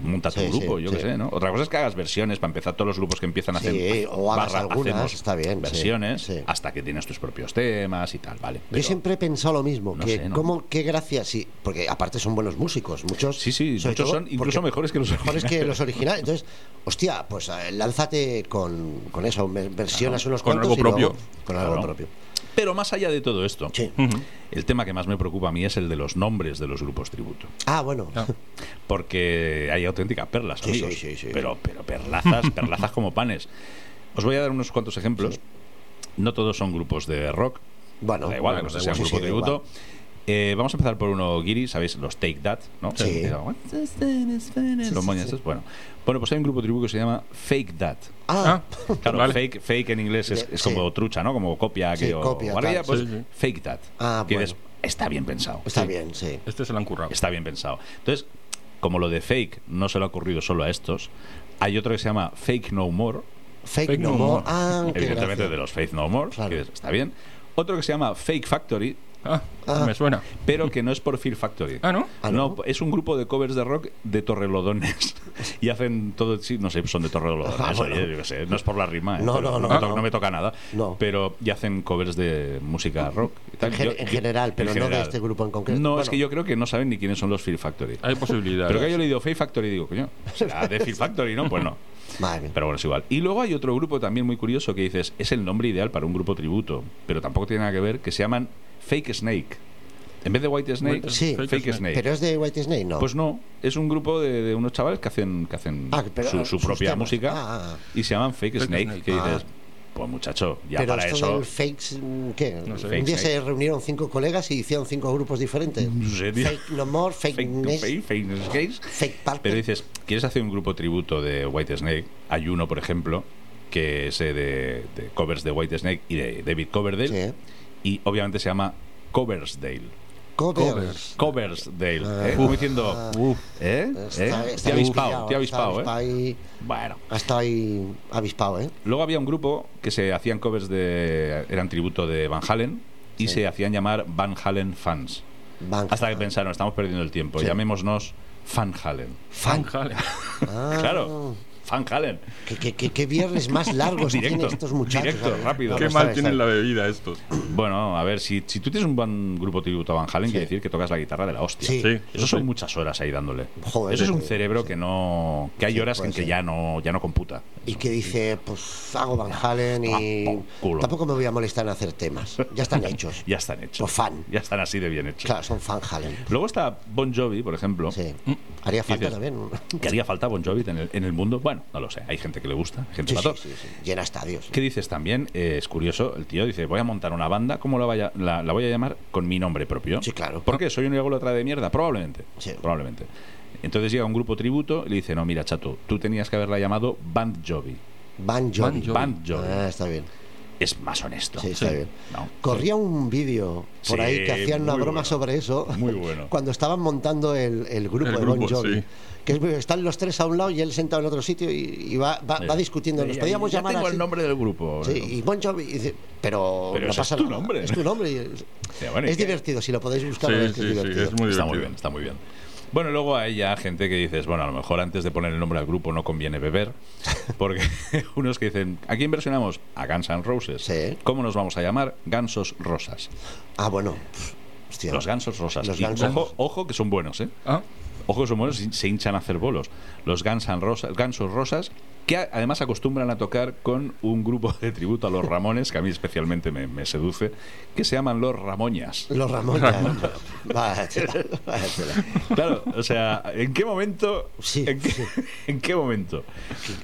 S2: montar tu
S1: Sí, sí,
S2: grupo, yo qué
S1: sí.
S2: sé, ¿no? Otra cosa es que hagas versiones para empezar todos los grupos que empiezan a
S1: Sí,
S2: hacer.
S1: o hagas
S2: barra,
S1: algunas,
S2: hacemos
S1: está bien, sí,
S2: Versiones
S1: sí.
S2: hasta que tienes tus propios temas y tal, ¿vale?
S1: Yo
S2: pero-
S1: siempre he pensado lo mismo,
S2: No
S1: que
S2: sé, ¿no?
S1: cómo, qué gracia, sí, porque aparte son buenos músicos, muchos.
S2: Sí, sí,
S1: sobre
S2: muchos
S1: todo
S2: son incluso
S1: porque-
S2: mejores que los
S1: mejores que
S2: originales.
S1: los originales. Entonces, hostia, pues eh, lánzate con, con eso, me- versionas unos
S3: con
S1: cuantos
S3: algo
S1: y luego-
S3: propio.
S1: con algo
S2: Claro.
S1: propio.
S2: Pero más allá de todo esto,
S1: Sí.
S2: el tema que más me preocupa a mí es el de los nombres de los grupos tributo.
S1: Ah, bueno.
S3: No.
S2: Porque hay auténticas perlas,
S1: Sí,
S2: amigos.
S1: sí, sí, sí.
S2: Pero, pero perlazas, perlazas como panes. Os voy a dar unos cuantos ejemplos. No todos son grupos de rock.
S1: Bueno,
S2: da igual,
S1: bueno,
S2: no sé
S1: da igual.
S2: si sea un
S1: Sí,
S2: grupo
S1: sí, da
S2: tributo.
S1: igual.
S2: Eh, vamos a empezar por uno guiri, ¿sabéis? Los Take That, ¿no?
S1: Sí.
S2: Que era, "What's this thing, it's fine", Los moñas, estos, bueno. Bueno, pues hay un grupo tributo que se llama Fake That.
S1: Ah,
S2: Claro,
S3: Vale.
S2: fake, fake en inglés es,
S1: De-
S2: es
S1: sí.
S2: como trucha, ¿no? Como copia,
S1: Sí,
S2: que, o
S1: copia,
S2: guardia,
S1: tal.
S2: pues
S3: Sí, sí.
S2: Fake That.
S1: Ah,
S2: Que dices,
S1: bueno.
S2: está bien pensado.
S1: está bien, sí.
S3: Este se lo han currado.
S2: Está bien pensado. Entonces, como lo de fake no se lo ha ocurrido solo a estos, hay otro que se llama Fake No More,
S1: Fake,
S3: Fake
S1: no
S3: no
S1: more.
S3: more.
S1: Ah, qué
S2: evidentemente
S1: gracia.
S2: de los Faith No More,
S1: Claro.
S2: que está bien. Otro que se llama Fake Factory,
S3: Ah,
S1: Ah.
S3: me suena.
S2: pero que no es por Fear Factory.
S3: Ah, ¿no?
S1: Ah,
S2: no,
S1: ¿no?
S2: es un grupo de covers de rock de torrelodones. y hacen todo, sí, no sé, son de torrelodones.
S1: Ah, bueno.
S2: oye, yo qué sé, no es por la rima, ¿eh?
S1: No,
S2: Pero
S1: no, no,
S2: me to-
S1: no.
S2: me toca nada.
S1: No.
S2: Pero y hacen covers de música rock. y tal.
S1: En gen- en general, pero no de este grupo en concreto.
S2: No, es
S1: Bueno.
S2: que yo creo que no saben ni quiénes son los Fear Factory.
S3: Hay posibilidades.
S2: Pero que yo leído Faith Factory y digo, coño, será de Fear Factory, ¿no? Pues no.
S1: Madre mía.
S2: Pero bueno, es igual. Y luego hay otro grupo también muy curioso que dices, es el nombre ideal para un grupo tributo, pero tampoco tiene nada que ver, que se llaman Fake Snake. En vez de White Snake,
S1: Sí.
S2: Fake,
S3: Fake
S2: Snake.
S1: Pero es de White Snake, no.
S2: Pues no, es un grupo de, de unos chavales que hacen, que hacen
S1: Ah, pero
S2: su, su
S1: sus
S2: propia
S1: temas.
S2: música
S1: Ah, ah, ah.
S2: y se llaman Fake,
S3: Fake
S2: Snake,
S3: Snake.
S2: que dices,
S1: Ah.
S2: pues muchacho, ya
S1: Pero
S2: para
S1: esto
S2: eso...
S1: del fakes, mm, ¿qué?
S2: sé.
S1: Un
S2: Fake
S1: día
S2: Snake.
S1: se reunieron cinco colegas y hicieron cinco grupos diferentes.
S2: No sé, tío.
S1: Fake No More, Fake
S2: Fake,
S1: Ness,
S2: fake, fake Snakes.
S1: Fake Parker.
S2: Pero dices, ¿quieres hacer un grupo tributo de White Snake? Hay uno, por ejemplo, que es eh, de, de covers de White Snake y de David Coverdale.
S1: Sí.
S2: Y obviamente se llama Coversdale.
S1: Covers.
S2: Coversdale.
S1: Ah.
S2: ¿eh? Como diciendo,
S1: Uf.
S2: ¿eh?
S1: Está,
S2: ¿Eh?
S1: está
S2: Te ha avispado,
S1: pillado,
S2: te ha
S1: está
S2: avispado, ¿eh?
S1: ahí-
S2: Bueno.
S1: Hasta ahí avispado, ¿eh?
S2: Luego había un grupo que se hacían covers de. eran tributo de Van Halen y se hacían llamar Van Halen fans.
S1: Van
S2: Hasta que
S1: Halen.
S2: pensaron, estamos perdiendo el tiempo,
S1: Ah. Sí.
S2: llamémonos Van Halen.
S1: Fan.
S3: Jale.
S1: Ah,
S2: Claro, Van Halen.
S1: ¿Qué, qué, qué- qué viernes más largos
S2: Directo,
S1: tienen estos muchachos.
S2: directo,
S1: ¿sabes?
S2: rápido.
S3: Qué
S1: está
S3: mal
S1: bien,
S3: tienen
S1: está
S3: la bebida estos.
S2: Bueno, a ver, si, si tú tienes un buen grupo tributo a Van Halen,
S1: Sí.
S2: quiere decir que tocas la guitarra de la hostia.
S1: Sí.
S3: Sí.
S2: Eso son muchas horas ahí dándole.
S1: Joder,
S2: Eso es un
S1: sí,
S2: cerebro
S1: sí.
S2: que no. que hay
S1: Sí,
S2: horas en
S1: puede
S2: que
S1: ser.
S2: ya no, ya no computa.
S1: Y que dice, pues hago Van Halen
S2: Ah,
S1: y
S2: por culo.
S1: tampoco me voy a molestar en hacer temas. Ya están hechos.
S2: Ya están hechos.
S1: Por fan.
S2: Ya están así de bien hechos.
S1: Pues Claro, son Van Halen.
S2: Luego está Bon Jovi, por ejemplo.
S1: Sí. Haría falta
S2: Dices-
S1: también.
S2: ¿Que haría falta Bon Jovi en el, en el mundo? Bueno, no lo sé. Hay gente que le gusta, hay
S1: Sí,
S2: gente que
S1: sí,
S2: no.
S1: sí, sí. Llena estadios.
S2: ¿Qué dices también? Eh, es curioso, el tío dice, voy a montar una banda, ¿cómo la, vaya, la, la voy a llamar? Con mi nombre propio.
S1: Sí, claro.
S2: ¿Por qué? ¿Soy un ególatra de mierda? Probablemente.
S1: Sí.
S2: Probablemente. Entonces llega un grupo tributo y le dice, no, mira, chato, tú tenías que haberla llamado Band Jovi.
S1: Van Jovi.
S3: Van Jovi.
S2: Band Jovi.
S1: Ah, está bien.
S2: Es más honesto.
S1: Sí, está bien.
S2: ¿No?
S1: Corría un vídeo por
S2: Sí,
S1: ahí que hacían una
S2: muy
S1: broma
S2: bueno.
S1: sobre eso.
S2: Muy bueno.
S1: Cuando estaban montando el, el grupo
S3: El
S1: de Bon
S3: grupo,
S1: Jovi.
S3: sí.
S1: Que es muy- están los tres a un lado y él sentado en otro sitio y, y va, va,
S2: Sí.
S1: va discutiendo. Nos
S2: Ya-
S1: podíamos
S2: ya
S1: llamar
S2: tengo
S1: así.
S2: el nombre del grupo.
S1: Sí, y Bon Jovi dice, pero,
S2: Pero
S1: no
S2: ese es
S1: pasa
S2: tu
S1: nada.
S2: nombre.
S1: Es tu nombre. y es
S2: Ya, bueno, ¿y
S1: es
S2: qué?
S1: divertido, si lo podéis buscar.
S3: Sí,
S1: veréis que
S3: sí,
S1: es
S3: sí,
S1: divertido.
S3: es muy
S2: Está muy
S3: divertido.
S2: bien, está muy bien. Bueno, luego hay ya gente que dices, bueno, a lo mejor antes de poner el nombre al grupo no conviene beber, porque unos que dicen, ¿a quién versionamos? A Guns N' Roses.
S1: Sí.
S2: ¿Cómo nos vamos a llamar? Gansos Rosas.
S1: Ah, bueno. Pff, hostia.
S2: Los Gansos Rosas.
S1: Los
S2: Y
S1: Guns N'
S2: ojo, ojo que son buenos, ¿eh?
S3: Ah,
S2: Ojo que son buenos y se hinchan a hacer bolos. Los Guns N' Rosa- Gansos Rosas que a- además acostumbran a tocar con un grupo de tributo a los Ramones, que a mí especialmente me, me seduce, que se llaman Los Ramoñas.
S1: Los Ramones. Vaya, vaya tela.
S2: Claro, o sea, ¿en qué momento?
S1: Sí,
S2: ¿En qué,
S1: sí.
S2: en qué momento?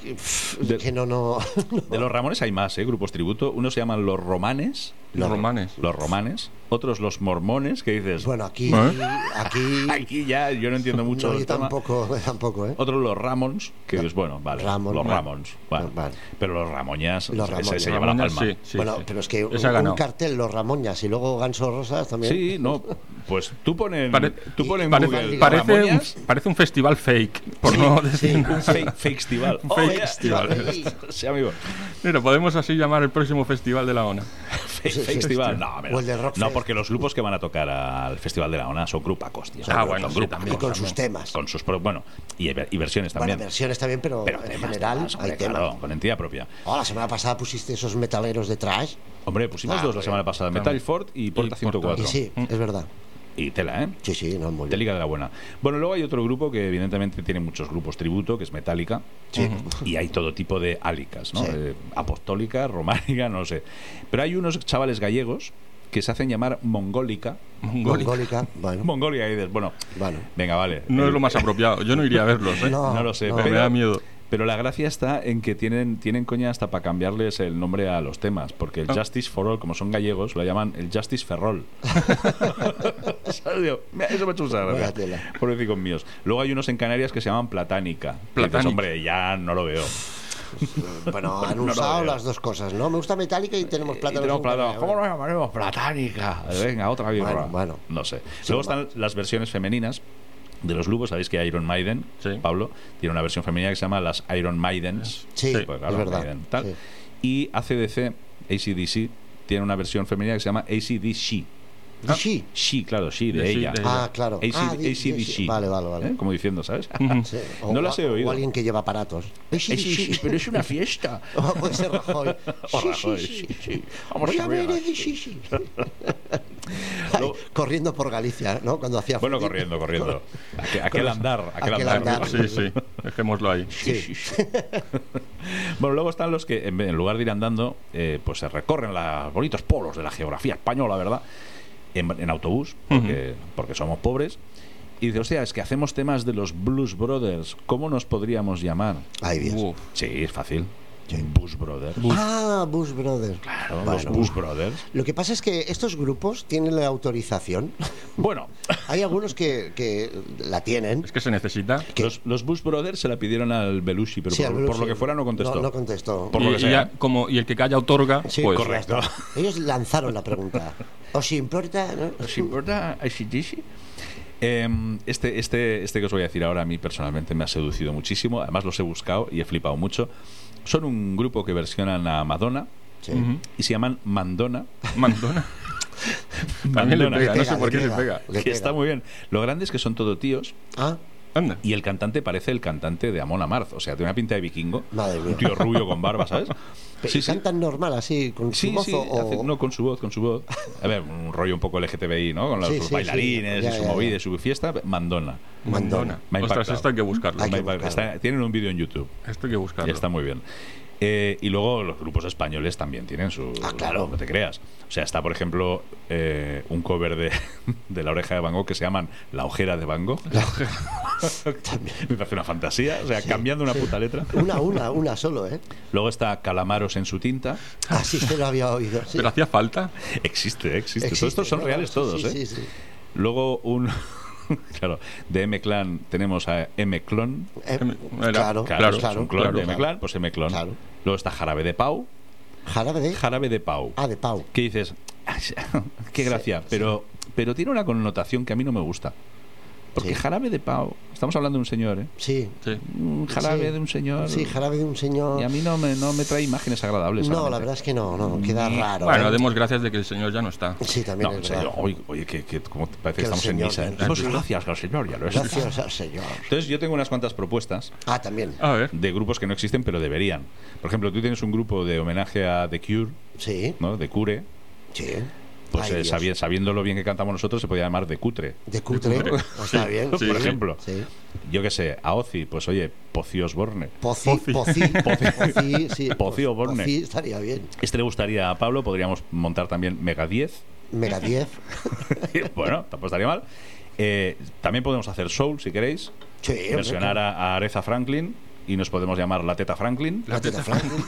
S1: Es Que no, no.
S2: De los Ramones hay más, ¿eh? Grupos tributo. Unos se llaman Los Romanes,
S3: Los romanes.
S2: Los Romanes. Otros Los Mormones, que dices...
S1: Bueno, aquí.
S3: ¿Eh?
S1: Aquí.
S2: Aquí ya yo no entiendo mucho
S1: no,
S2: del
S1: yo
S2: tema.
S1: tampoco, tampoco, ¿eh?
S2: Otros los Ramons, que es bueno, vale.
S1: Ramon,
S2: los
S1: vale.
S2: Ramons, vale.
S1: Vale.
S2: Pero los Ramoñas,
S1: Los
S2: o sea, ese
S1: Ramoñas.
S2: se lleva la
S3: Ramones,
S2: palma.
S3: sí, sí,
S1: bueno,
S3: sí.
S1: pero es que un,
S3: Esa ha
S1: un
S3: ganado.
S1: cartel, los Ramoñas y luego Ganso Rosas también.
S2: Sí, no, pues tú pones
S3: Pare-
S2: tú pon en
S3: Parece-
S2: Google
S3: parece, un,
S2: Ramoñas,
S3: parece un festival fake, por no decir
S1: sí.
S2: un
S3: nada.
S2: fake, festival.
S1: Oh, festival.
S2: Sí, amigo.
S3: Mira, podemos así llamar el próximo festival de la ONA.
S2: Fake
S1: sí,
S2: festival.
S1: sí.
S2: No,
S1: O el de Rockfest.
S2: no, porque los grupos que van a tocar al Festival de la ONA son grupacos, tío.
S3: Ah, bueno,
S2: son
S3: sí,
S2: grupacos,
S1: Y
S3: también.
S1: con sus temas.
S2: Con sus pro- bueno, y, y versiones
S1: bueno,
S2: también.
S1: versiones también, pero,
S2: pero
S1: en
S2: temas,
S1: general
S2: temas, hombre,
S1: hay temas.
S2: claro, con entidad propia.
S1: Oh, la semana pasada pusiste esos metaleros de trash.
S2: Hombre, pusimos
S1: Ah,
S2: dos la
S1: bueno,
S2: semana pasada,
S3: claro.
S2: Metal Ford y Porta
S3: Porta.
S2: 104.
S1: Y sí, es verdad.
S2: Y tela, ¿eh?
S1: Sí, sí, no, muy bien.
S2: De Mm. Liga de la Buena. Bueno, luego hay otro grupo que evidentemente tiene muchos grupos tributo, que es Metallica. Y hay todo tipo de álicas, ¿no?
S1: Sí.
S2: Eh, apostólica, románica, no sé. Pero hay unos chavales gallegos que se hacen llamar mongólica.
S3: Mongólico.
S1: Mongólica, bueno.
S2: Mongólica y dices, bueno,
S1: Bueno.
S2: venga, vale.
S3: No
S2: Eh,
S3: es lo más apropiado. Yo no iría a verlos, ¿eh?
S1: No,
S2: no lo sé,
S1: no.
S3: Me
S2: pero,
S3: da miedo.
S2: pero la gracia está en que tienen, tienen coña hasta para cambiarles el nombre a los temas, porque el
S3: Ah.
S2: Justice for All, como son gallegos, lo llaman el Justice Ferrol. ¿Sabes? Digo, mira, Eso me ha hecho mucha gracia.
S1: Vaya tela.
S2: Pobrecicos míos. Luego hay unos en Canarias que se llaman Platánica. Y dices,
S3: Platánica.
S2: hombre, ya no lo veo.
S1: Bueno, han
S2: No lo
S1: usado
S2: veo.
S1: las dos cosas, ¿no? Me gusta Metallica y tenemos
S2: Y
S1: plata.
S2: tenemos plata.
S1: ¿eh?
S2: ¿Cómo lo llamaremos? Platánica. Venga, otra birra.
S1: Bueno, bueno.
S2: No sé.
S1: Sí,
S2: Luego
S1: bueno.
S2: están las versiones femeninas. De los grupos, sabéis que Iron Maiden,
S3: Sí.
S2: Pablo, tiene una versión femenina que se llama las Iron Maidens.
S1: Sí,
S3: Sí,
S2: Pues,
S1: es
S2: claro,
S1: verdad.
S2: Maiden, tal.
S1: sí.
S2: Y ACDC, ACDC, tiene una versión femenina que se llama ACDC.
S1: Y Ah, sí.
S2: She, claro, she, de
S3: De she,
S2: ella.
S3: de
S1: Ah, claro.
S2: AC,
S1: Ah, di- di-
S2: ACDC.
S1: Vale, vale, vale.
S2: ¿Eh? Como diciendo, ¿sabes?
S1: Sí,
S2: Ah. No las he
S1: o-
S2: oído.
S1: O alguien que lleva aparatos. Sí, sí, sí.
S2: pero es una fiesta.
S1: O puede ser Rajoy.
S2: O
S1: Sí,
S2: Rajoy,
S1: sí, sí.
S2: sí, sí. Vamos
S1: Voy
S2: a
S1: a ver,
S2: ver,
S1: eh, sí, sí. Ay,
S2: Luego-
S1: corriendo por Galicia, ¿no? Cuando hacía
S2: Bueno,
S1: frío.
S2: corriendo, corriendo. Aquel, aquel andar, aquel,
S1: aquel
S2: andar.
S1: andar.
S3: Sí, sí. Dejémoslo ahí.
S1: Sí.
S2: Bueno, luego están los que, en vez- en lugar de ir andando, eh, pues se recorren los bonitos polos de la geografía española, ¿verdad? En, en autobús, porque, porque somos pobres. Y dice, hostia, es que hacemos temas de los Blues Brothers. ¿Cómo nos podríamos llamar?
S1: Ay, Dios.
S3: Uf.
S2: Sí, es fácil. Blues Brothers.
S1: Ah, Bush Brothers.
S2: Claro, los
S1: Bueno.
S2: Blues Brothers.
S1: Lo que pasa es que estos grupos tienen la autorización.
S2: Bueno,
S1: Hay algunos que, que la tienen.
S3: Es que se necesita.
S1: ¿Qué?
S2: los, los Blues Brothers se la pidieron al Belushi, pero
S1: Sí,
S2: por,
S1: al
S2: por
S1: Belushi.
S2: lo que fuera no contestó.
S1: No, contestó.
S2: Por lo
S3: y,
S2: que
S3: y
S2: sea.
S3: ya como, y el que calla otorga,
S1: Sí,
S3: pues.
S1: ya
S2: correcto.
S1: está. Ellos lanzaron la pregunta. ¿Os importa? no?
S2: ¿Os importa ACDC? Em, Este, este, este que os voy a decir ahora a mí personalmente me ha seducido muchísimo. Además los he buscado y he flipado mucho. Son un grupo que versionan a Madonna
S1: Sí.
S2: y se llaman Mandona.
S3: Mandona. También le
S2: Mandona.
S3: pega, no
S1: Pega,
S3: sé por
S1: le
S3: qué le pega.
S1: le
S2: Que
S1: pega.
S2: está muy bien. Lo grande es que son todo tíos
S1: Ah,
S3: Anda.
S2: y el cantante parece el cantante de Amon Amarth. O sea, tiene una pinta de vikingo.
S1: Madre mía.
S2: Un tío rubio con barba, ¿sabes?
S1: pero cantan normal así, con
S2: Sí,
S1: su mozo
S2: sí,
S1: o...
S2: hace- no, con su voz, con su voz. A ver, un rollo un poco LGTBI, ¿no? Con los,
S1: Sí,
S2: sus
S1: sí, sí.
S2: bailarines
S1: Ya,
S2: y su
S1: ya, ya.
S2: movida y su fiesta. Mandona.
S1: Mandona.
S2: Me ha
S3: Ostras,
S2: impactado.
S3: esto hay que buscarlo.
S1: Hay que
S2: Bye, bye.
S1: buscarlo.
S2: Está- tienen un vídeo en YouTube.
S3: Esto hay que
S2: Ya
S3: buscarlo.
S2: está muy bien. Eh, y luego los grupos españoles también tienen su.
S1: Ah, claro.
S2: No te creas. O sea, está, por ejemplo, eh, un cover de, de La Oreja de Van Gogh que se llaman La Ojera de Van Gogh. Me parece una fantasía. O sea, cambiando una puta letra.
S1: Una, una, una solo, ¿eh?
S2: Luego está Calamaros en su tinta.
S1: Así Ah, se lo había oído. sí.
S3: Pero hacía falta.
S2: Existe, eh, existe.
S1: Existe,
S2: Todos estos son
S1: claro,
S2: reales
S1: sí,
S2: todos,
S1: sí,
S2: ¿eh?
S1: sí, sí.
S2: Luego un. Claro, de M-Clan tenemos a M-Clon.
S1: Eh,
S3: Era-
S1: claro,
S2: Em, Claro,
S1: claro,
S2: es un clon
S1: claro,
S2: de M-Clan,
S1: claro.
S2: pues M-Clon.
S1: Claro.
S2: Luego está Jarabe de Pau.
S1: Jarabe de...
S2: Jarabe de Pau.
S1: Ah, de Pau.
S2: que dices, qué gracia, pero, pero tiene una connotación que a mí no me gusta. Porque
S1: Sí.
S2: jarabe de pavo, estamos hablando de un señor, ¿eh?
S1: Sí.
S3: Sí.
S2: Un jarabe
S1: Mm, Sí.
S2: de un señor.
S1: Sí, jarabe de un
S2: y a
S1: señor...
S2: mí no me, ¿eh? no me trae imágenes agradables.
S1: No,
S2: realmente.
S1: la verdad es que no, no, queda raro.
S3: Bueno,
S1: ¿eh?
S3: demos gracias de que el señor ya no está.
S1: Sí, también
S2: Mm, No, en
S1: es
S2: serio,
S1: verdad.
S2: oye, oye, que, que- como te
S1: Que
S2: parece
S1: el
S2: que estamos en
S1: señor,
S2: misa.
S1: ¿no?
S2: ¿eh? Pues gracias al señor, ya lo es.
S1: Gracias al señor.
S2: Entonces yo tengo unas cuantas propuestas
S1: Ah, también.
S3: A ver.
S2: de grupos que no existen, pero deberían. Por ejemplo, tú tienes un grupo de homenaje a The Cure,
S1: Sí,
S2: ¿no? The Cure,
S1: sí.
S2: Pues
S1: Ay,
S2: eh,
S1: Dios.
S2: sabi- sabiéndolo bien que cantamos nosotros, se podía llamar de cutre.
S1: De cutre. Está bien.
S2: Por
S1: sí.
S2: ejemplo,
S1: Sí.
S2: yo qué sé, a Ozi, pues oye, Poci Osborne.
S1: Pocí,
S3: Poci.
S1: pocí, pocí, sí.
S2: Pocí o Borne.
S1: Pocí estaría bien.
S2: Este le gustaría a Pablo, podríamos montar también Mega 10.
S1: Mega 10.
S2: bueno, tampoco estaría mal. Eh, también podemos hacer Soul, si queréis,
S1: Sí, hombre,
S2: versionar a, a Aretha Franklin y nos podemos llamar La Teta Franklin.
S1: La teta Franklin.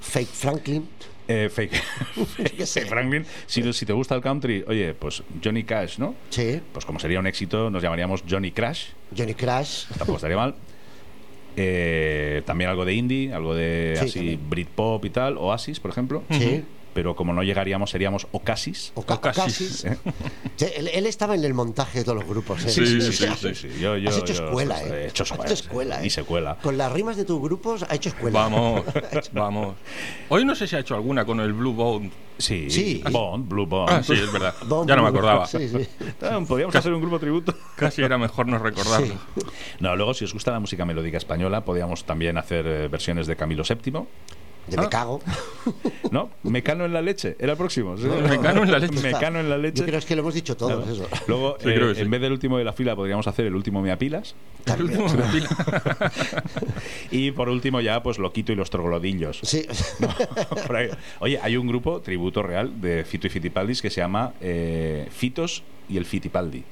S1: Fake Franklin.
S2: Eh, fake.
S1: Yo qué sé.
S2: Franklin, si, si te gusta el country, oye, pues Johnny Cash, ¿no?
S1: Sí.
S2: Pues como sería un éxito, nos llamaríamos Johnny Crash,
S1: Johnny Crash.
S2: tampoco estaría mal. Eh, también algo de indie, algo de
S1: Sí,
S2: así
S1: también.
S2: Britpop y tal, Oasis, por ejemplo.
S1: Sí.
S2: Pero como no llegaríamos, seríamos Ocasis.
S1: O, ca- o
S3: Ocasis.
S1: Casis. Sí, él, él estaba en el montaje de todos los grupos. ¿eh?
S3: Sí, sí, sí,
S1: O sea,
S2: Yo, yo,
S1: Has hecho
S2: yo-
S1: escuela, ¿eh?
S2: He hecho
S1: Has
S2: escuela.
S1: hecho escuela,
S2: sí.
S1: ¿eh?
S2: Y secuela.
S1: Con las rimas de tus grupos ha hecho escuela.
S3: Vamos, vamos. Hoy no sé si ha hecho alguna con el Blue Bone.
S2: Sí,
S1: Sí.
S2: Bond, Blue Bond.
S3: Ah, sí, es verdad.
S1: Don
S3: Ya no me
S1: Blue.
S3: acordaba.
S1: Sí, sí.
S2: Ah, Podríamos hacer un grupo tributo.
S3: Casi era mejor no recordarlo.
S1: Sí.
S2: No, luego, si os gusta la música melódica española, podríamos también hacer eh, versiones de Camilo VII.
S1: De
S2: Ah,
S1: me cago.
S2: ¿No? Mecano en la leche, era el próximo. ¿sí?
S3: Mecano en la leche.
S2: Mecano en la leche.
S1: Yo creo es que lo hemos dicho todos eso.
S2: Luego,
S3: Sí,
S2: eh,
S3: creo que
S2: en
S3: sí.
S2: vez del último de la fila, podríamos hacer el último mea pilas.
S3: El último de la fila.
S2: Y por último, ya, pues Loquito y los Troglodillos.
S1: Sí.
S2: Por ahí. Oye, hay un grupo, tributo real, de Fito y Fitipaldis que se llama eh, Fitos y el Fitipaldi.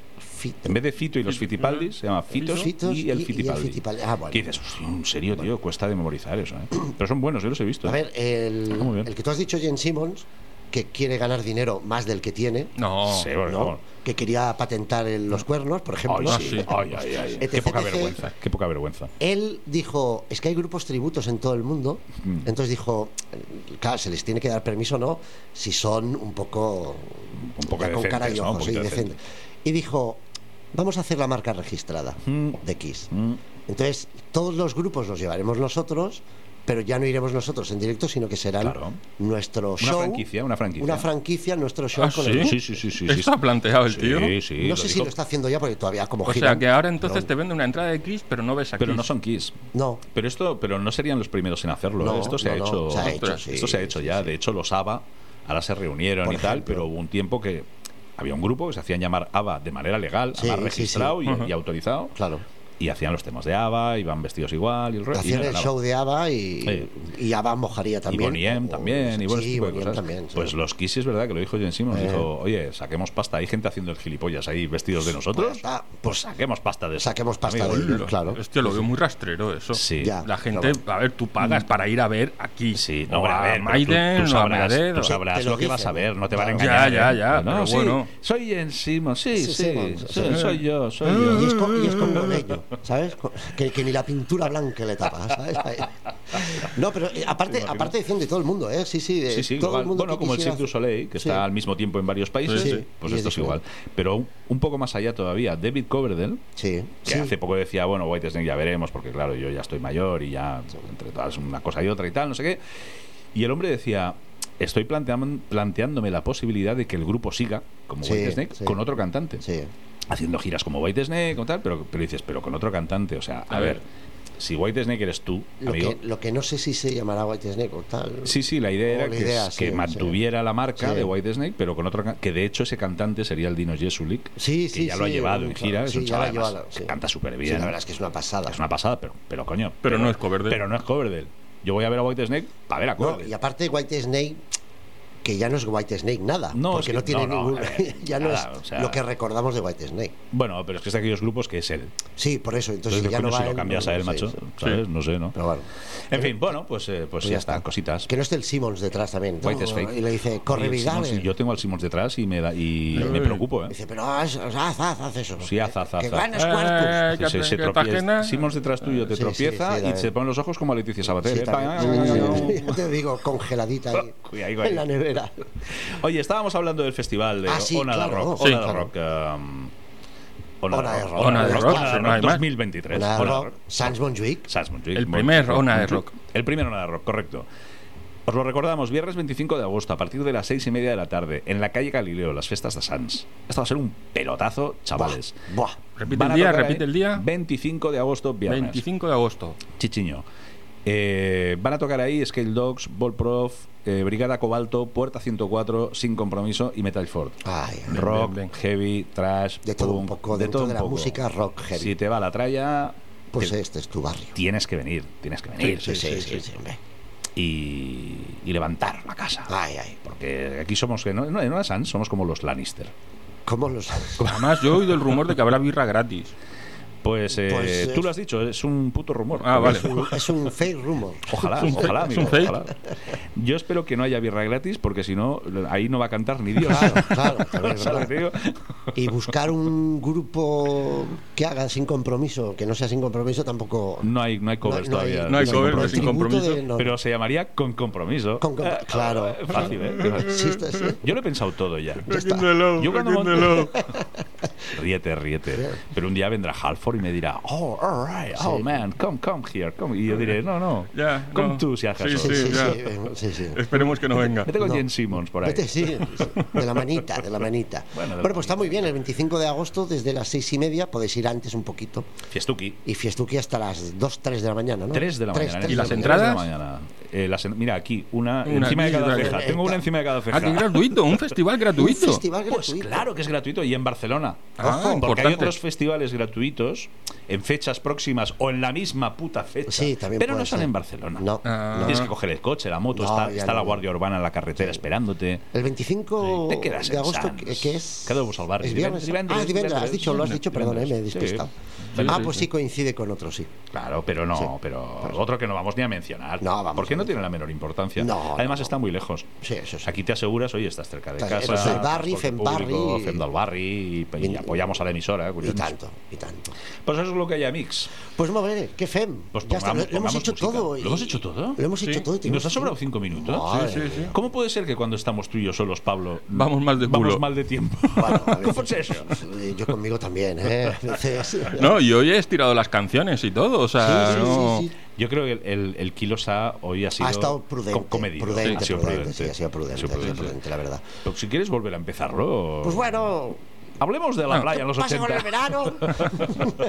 S1: Fit-
S2: En vez de Fito y los Fitipaldis, se llama Fitos,
S1: Fitos y-
S2: y el
S1: y el
S2: Fitipaldi.
S1: Fitipaldi. Ah, bueno.
S2: ¿Qué dices? "Hostia, En serio, tío, cuesta de memorizar eso. ¿eh?". Pero son buenos, yo los he visto.
S1: A
S2: ¿eh?
S1: ver, el,
S2: Ah, muy bien.
S1: el que tú has dicho, Jen Simmons, que quiere ganar dinero más del que tiene,
S3: No.
S2: Sí, bueno,
S1: ¿no?
S2: vamos.
S1: que quería patentar el- los cuernos, por ejemplo. Este
S2: Ay, sí. Ay, ay, ay.
S1: Etc,
S2: Qué poca
S1: etc.
S2: vergüenza, qué poca vergüenza.
S1: Él dijo, es que hay grupos tributos en todo el mundo,
S2: Mm.
S1: entonces dijo, claro, se les tiene que dar permiso, ¿no? Si son un poco,
S2: Un poco
S1: ya con cara y
S2: decentes, ¿no? Un
S1: ojos, sí,
S2: poquito
S1: decentes. Y dijo, vamos a hacer la marca registrada
S2: Mm.
S1: de Kiss.
S2: Mm.
S1: Entonces, todos los grupos los llevaremos nosotros, pero ya no iremos nosotros en directo, sino que serán
S2: Claro.
S1: nuestro
S2: Una
S1: show.
S2: franquicia, una franquicia.
S1: Una franquicia, nuestro show
S3: Ah,
S1: con
S3: ¿sí?
S1: el grupo.
S2: Sí, sí, sí, sí. sí,
S3: Está
S2: sí.
S3: planteado el tío.
S2: Sí, sí.
S1: no sé si
S2: digo.
S1: lo está haciendo ya porque todavía como
S3: O
S1: giran,
S3: sea que ahora entonces
S1: pero-
S3: te vende una entrada de Kiss, pero no ves a
S2: Pero
S3: Kiss.
S2: no son Kiss.
S1: No,
S2: Pero esto, pero no serían los primeros en hacerlo.
S1: No,
S2: ¿eh? Esto se
S1: no,
S2: ha
S1: no,
S2: hecho.
S1: se ha hecho,
S2: Ostras,
S1: sí,
S2: esto se ha hecho
S1: sí,
S2: ya.
S1: sí.
S2: De hecho, los ABBA ahora se reunieron
S1: Por
S2: y tal,
S1: ejemplo.
S2: pero hubo un tiempo que había un grupo que se hacían llamar ABBA de manera legal,
S1: Sí,
S2: ABBA
S1: sí, sí.
S2: registrado y- Y, autorizado,
S1: claro.
S2: y hacían los temas de ABBA, iban vestidos igual y el rollo. y
S1: Hacían el
S2: ganaban.
S1: show de ABBA y,
S2: Sí.
S1: y ABBA mojaría
S2: Y
S1: también.
S2: Bonnie M
S1: o-
S2: también, y bueno,
S1: sí,
S2: ese tipo de
S1: Bonnie M
S2: cosas.
S1: también, sí.
S2: Pues los Kiss sí es verdad que lo dijo Jen Simmons.
S1: Eh.
S2: Dijo, oye, saquemos pasta. Hay gente haciendo el gilipollas ahí vestidos de nosotros.
S1: Pues, ah,
S2: Pues
S1: pues
S2: saquemos pasta de eso.
S1: saquemos pasta
S2: Amigo, Este,
S1: de ellos,
S3: Lo-
S1: claro.
S3: Hostia, lo veo muy rastrero eso.
S2: Sí.
S1: Ya.
S3: La gente, a ver, tú pagas para ir a ver aquí.
S2: Sí,
S3: o
S2: no,
S3: a,
S2: a ver, pero tú-
S3: Maiden,
S2: tú,
S3: o a
S2: sabrás,
S3: Megadeth,
S2: tú
S3: o-
S2: sabrás
S1: Te
S2: lo,
S1: lo
S2: que vas a
S1: dicen.
S2: ver, no te van a
S1: Ya,
S2: engañar.
S3: ya,
S2: ¿eh?
S3: ya,
S2: No,
S3: pero
S2: sí,
S3: bueno.
S2: Soy en Simon, sí, sí,
S1: Sí, Simmons,
S2: sí,
S1: sí.
S2: soy yo, soy
S1: Y
S2: yo.
S1: es, con, y es congoleño, ¿sabes? Co- Que, que ni la pintura blanca le tapa, ¿sabes? Ahí. No, pero eh, aparte, aparte diciendo de todo el mundo, ¿eh? Sí, sí, de
S2: Sí, sí,
S1: todo
S2: igual.
S1: el mundo.
S2: Bueno,
S1: que
S2: como el
S1: quisiera
S2: Cirque du Soleil, que
S1: Sí.
S2: está al mismo tiempo en varios países,
S1: Sí, sí.
S2: pues
S1: Y es
S2: esto es igual.
S1: diferente.
S2: Pero un, un poco más allá todavía, David Coverdale,
S1: Sí,
S2: que
S1: sí.
S2: hace poco decía, bueno, White Snake ya veremos, porque claro, yo ya estoy mayor y ya entre todas una cosa y otra y tal, no sé qué. Y el hombre decía, estoy planteam- planteándome la posibilidad de que el grupo siga, como
S1: Sí,
S2: White Snake,
S1: sí.
S2: con otro cantante.
S1: Sí.
S2: haciendo giras como White Snake o tal, pero, pero dices, pero con otro cantante. O sea, a,
S3: A
S2: ver,
S3: ver.
S2: si White Snake eres tú,
S1: Lo,
S2: amigo.
S1: que, lo que no sé si se llamará White Snake o tal.
S2: Sí, sí, la
S1: o
S2: idea era
S1: la
S2: que,
S1: idea,
S2: es-
S1: sí,
S2: que
S1: sí.
S2: mantuviera la marca
S1: Sí.
S2: de White Snake, pero con otro can- que de hecho ese cantante sería el Dino Jesulik,
S1: Sí, sí,
S2: que ya lo ha
S1: sí,
S2: llevado en
S1: claro,
S2: gira, es
S1: sí,
S2: un
S1: ya lo
S2: chaval
S1: ha
S2: además
S1: llevado,
S2: que
S1: sí.
S2: canta súper
S1: Sí,
S2: bien.
S1: la verdad es que es una pasada.
S2: es una pasada, pero, pero coño.
S3: Pero no es Coverdale.
S2: Pero no es Coverdale. Yo voy a ver a White Snake para ver a
S1: No,
S2: Coverdale.
S1: y aparte White Snake que ya no es White Snake nada,
S2: No,
S1: porque
S2: es que-
S1: no tiene
S2: no, no,
S1: ningún
S2: a ver,
S1: ya no
S2: nada,
S1: es
S2: o sea-
S1: lo que recordamos de White Snake.
S2: Bueno, pero es que es de aquellos grupos que es él.
S1: Sí, por eso, entonces,
S2: Entonces,
S1: ya
S2: coño,
S1: no va
S2: si lo
S1: él,
S2: cambias
S1: no,
S2: a él,
S1: sí,
S2: macho,
S1: sí.
S2: ¿sabes? No sé, ¿no?
S1: Pero bueno,
S2: En fin, bueno, pues, eh, pues
S1: pues
S2: ya
S1: ya
S2: está,
S1: está.
S2: cositas.
S1: que no esté el Simmons detrás también.
S2: White
S1: ¿no?
S2: is fake.
S1: Y le dice, "Corre
S2: Oye, el Simons,
S1: Vidal." eh".
S2: Yo tengo al Simons detrás y me, da, y me preocupo, ¿eh?
S1: Dice, "Pero haz, haz, haz, haz eso."
S2: Sí, haz, haz,
S1: Que
S2: haz,
S1: van los
S3: haz.
S1: cuartos.
S3: Eh,
S2: Se- se- se
S3: que
S2: tropieza.
S3: Tajena-
S2: Simons detrás tuyo
S1: Sí,
S2: te
S1: sí,
S2: tropieza
S1: sí,
S2: y
S1: también.
S2: se ponen los ojos como a Leticia Sabater.
S1: Sí,
S2: ¿eh?
S1: también.
S2: Pa-
S1: Sí, sí, sí. Te digo, congeladita ahí
S2: Cuidado, ahí.
S1: en la nevera.
S2: Oye, estábamos hablando del festival de
S1: Ah, sí,
S2: Ona
S1: claro.
S2: Rock.
S1: Sí,
S2: Ona
S1: claro.
S2: Rock. um, Ona
S1: Ona de
S2: Rock.
S1: Rock.
S2: Ona de Rock.
S1: Claro,
S2: Ona de
S3: no hay
S2: Rock
S3: más.
S2: 2023.
S1: Una
S2: Ona de
S1: rock,
S2: Rock.
S1: Sans Montjuic.
S2: Sas Montjuic,
S3: El
S2: Montjuic,
S3: primer
S2: Rock,
S3: Ona de
S2: Montjuic.
S3: Rock.
S2: El primer Ona de Rock, correcto. Os lo recordamos, viernes 25 de agosto, a partir de las 6 y media de la tarde, en la calle Galileo, las fiestas de Sans. Esto va a ser un pelotazo, chavales.
S1: Buah.
S3: Repite
S2: Van
S3: el
S2: a
S3: día,
S2: tocar,
S3: repite
S2: ¿eh?
S3: el día.
S2: 25 de agosto, viernes.
S3: 25 de agosto.
S2: Chichiño. Eh, van a tocar ahí Scale Dogs, Volprof, eh, Brigada Cobalto, Puerta 104, Sin Compromiso y Metal Ford.
S1: Ay,
S3: Bien,
S2: Rock,
S3: bien, bien.
S2: heavy, trash,
S1: de todo un
S2: punk,
S1: poco, dentro
S2: todo
S1: de
S2: un
S1: la
S2: poco.
S1: música rock heavy.
S2: Si te va la tralla,
S1: pues
S2: te-
S1: este es tu barrio.
S2: tienes que venir, tienes que venir
S1: Sí, sí, sí,
S3: sí,
S1: sí, hombre.
S2: Y, y levantar la casa.
S1: Ay, ay.
S2: Porque aquí somos, que no, no, no las Sans, somos como los Lannister.
S1: ¿Cómo los.?
S3: Además, yo he oído el rumor de que habrá birra gratis.
S2: Pues, eh,
S1: Pues, eh,
S2: tú lo has dicho, es un puto rumor.
S3: Ah, vale.
S1: Es un, es un fake rumor.
S2: Ojalá,
S3: Es un
S2: ojalá,
S3: fake, es
S2: amigo,
S3: un fake.
S2: ojalá. Yo espero que no haya birra gratis porque si no, ahí no va a cantar ni Dios.
S1: Claro, claro, también es
S2: ¿Sabes lo que
S1: verdad.
S2: te digo?
S1: Y buscar un grupo que haga sin compromiso, que no sea sin compromiso tampoco.
S2: No hay, no hay covers todavía.
S3: no hay
S2: sin
S3: covers,
S2: compromiso.
S3: sin
S1: tributo
S3: compromiso.
S1: de- no.
S2: Pero se llamaría Con Compromiso.
S1: Con compro-
S2: Eh,
S1: claro.
S2: eh, Fácil, ¿eh?
S1: Sí, está- sí.
S2: Yo lo he pensado todo ya.
S1: Ya está.
S2: Yo cuando Ríete, ríete. Pero un día vendrá Halford y me dirá, oh, all right, oh
S1: Sí.
S2: man, come, come here, come. Y yo diré, no, no,
S3: Ya,
S2: come
S3: no.
S2: tú si acaso.
S3: Sí,
S1: Sí, sí,
S3: ya.
S1: sí, eh, sí, sí.
S3: Esperemos que no venga.
S2: Vete con
S1: No.
S2: Jen Simmons por ahí.
S1: Vete, sí, de la manita, de la manita.
S2: Bueno, de la
S1: Bueno, pues está
S2: manita.
S1: muy bien, el 25 de agosto desde las seis y media, podéis ir antes un poquito,
S2: Fiestuki.
S1: y fiestuki hasta las 2, 3 de la mañana, ¿no?
S2: 3 de la
S1: Tres,
S2: mañana.
S1: tres
S2: ¿eh?
S1: de
S3: ¿Y las
S1: la mañana.
S2: Tres de la
S3: entradas?
S2: mañana. Eh, las en- mira, aquí, una,
S3: Una
S2: encima de
S3: aquí y
S2: cada
S3: otra aquí.
S2: ceja. Tengo una encima de cada ceja.
S3: Ah, que gratuito, un festival
S1: Un
S3: gratuito.
S1: festival
S2: Pues
S1: gratuito.
S2: claro que es gratuito y en Barcelona.
S3: Ah,
S1: Ojo,
S2: Porque hay
S3: importante.
S2: otros festivales gratuitos en fechas próximas o en la misma puta fecha.
S1: Sí, también
S2: pero
S1: puede
S2: no son
S1: ser.
S2: en Barcelona.
S1: No,
S3: Ah.
S1: no.
S2: Tienes que coger el coche, la moto,
S1: No,
S2: está,
S1: ya
S2: está la
S1: no.
S2: Guardia Urbana en la carretera esperándote.
S1: El 25
S2: Te quedas
S1: de
S2: en
S1: agosto,
S2: Sants.
S1: que, que es.
S2: Quedamos al barrio.
S1: Es viernes.
S2: Divendres,
S1: ah, es divendres, has
S2: divendres.
S1: dicho, lo has
S2: Sí,
S1: dicho, perdón, eh, me he
S2: divendres, sí.
S1: despistado.
S2: Sí,
S1: ah,
S2: sí,
S1: pues sí coincide con otro, sí.
S2: Claro, pero no,
S1: Sí.
S2: pero otro que no vamos ni a mencionar.
S1: No, vamos,
S2: porque no
S1: vamos.
S2: tiene la menor importancia.
S1: No,
S2: Además
S1: no,
S2: está muy lejos.
S1: Sí, eso sí.
S2: Aquí te aseguras, oye, estás cerca de
S1: Estás-
S2: casa.
S1: eres del barri,
S2: transporte
S1: Fem
S2: público,
S1: barri.
S2: Fem del barri, y, y
S1: Y-
S2: apoyamos a la emisora. eh,
S1: Y
S2: curiosamente.
S1: tanto, y tanto.
S2: Pues eso es lo que hay a Mix.
S1: Pues vamos a ver, qué fem.
S2: Pues
S1: ya está, lo,
S2: pongamos-
S1: lo hemos
S2: pongamos
S1: hecho
S2: música.
S1: todo. y-
S2: ¿Lo hemos hecho todo?
S1: Lo hemos
S3: Sí.
S1: hecho todo. y
S2: Y nos
S1: tenemos
S2: ha sobrado
S1: tiempo.
S2: cinco minutos.
S1: Madre
S3: Sí, sí, sí.
S1: mía.
S2: ¿Cómo puede ser que cuando estamos tú y yo solos, Pablo,
S3: Vamos mal de
S2: vamos
S3: culo?
S2: mal de tiempo?
S1: Bueno, a
S2: ¿Cómo es
S1: veces-
S2: eso?
S1: eh, Yo conmigo también, ¿eh? A veces-
S3: No, y hoy he estirado las canciones y todo, o sea,
S1: Sí, sí,
S3: no-
S1: sí, sí.
S2: Yo creo que el, el, el Kilo Sa hoy ha sido.
S1: ha estado
S2: co-
S1: prudente.
S2: comedido.
S1: Prudente,
S2: Ha sido
S1: prudente, sí, ha sido prudente,
S2: Ha sido prudente.
S1: la verdad.
S2: Pero si quieres volver a empezarlo.
S1: Pues bueno,
S2: Hablemos de la
S3: Ah,
S2: playa en los
S1: pasa con el
S2: 80.
S1: verano.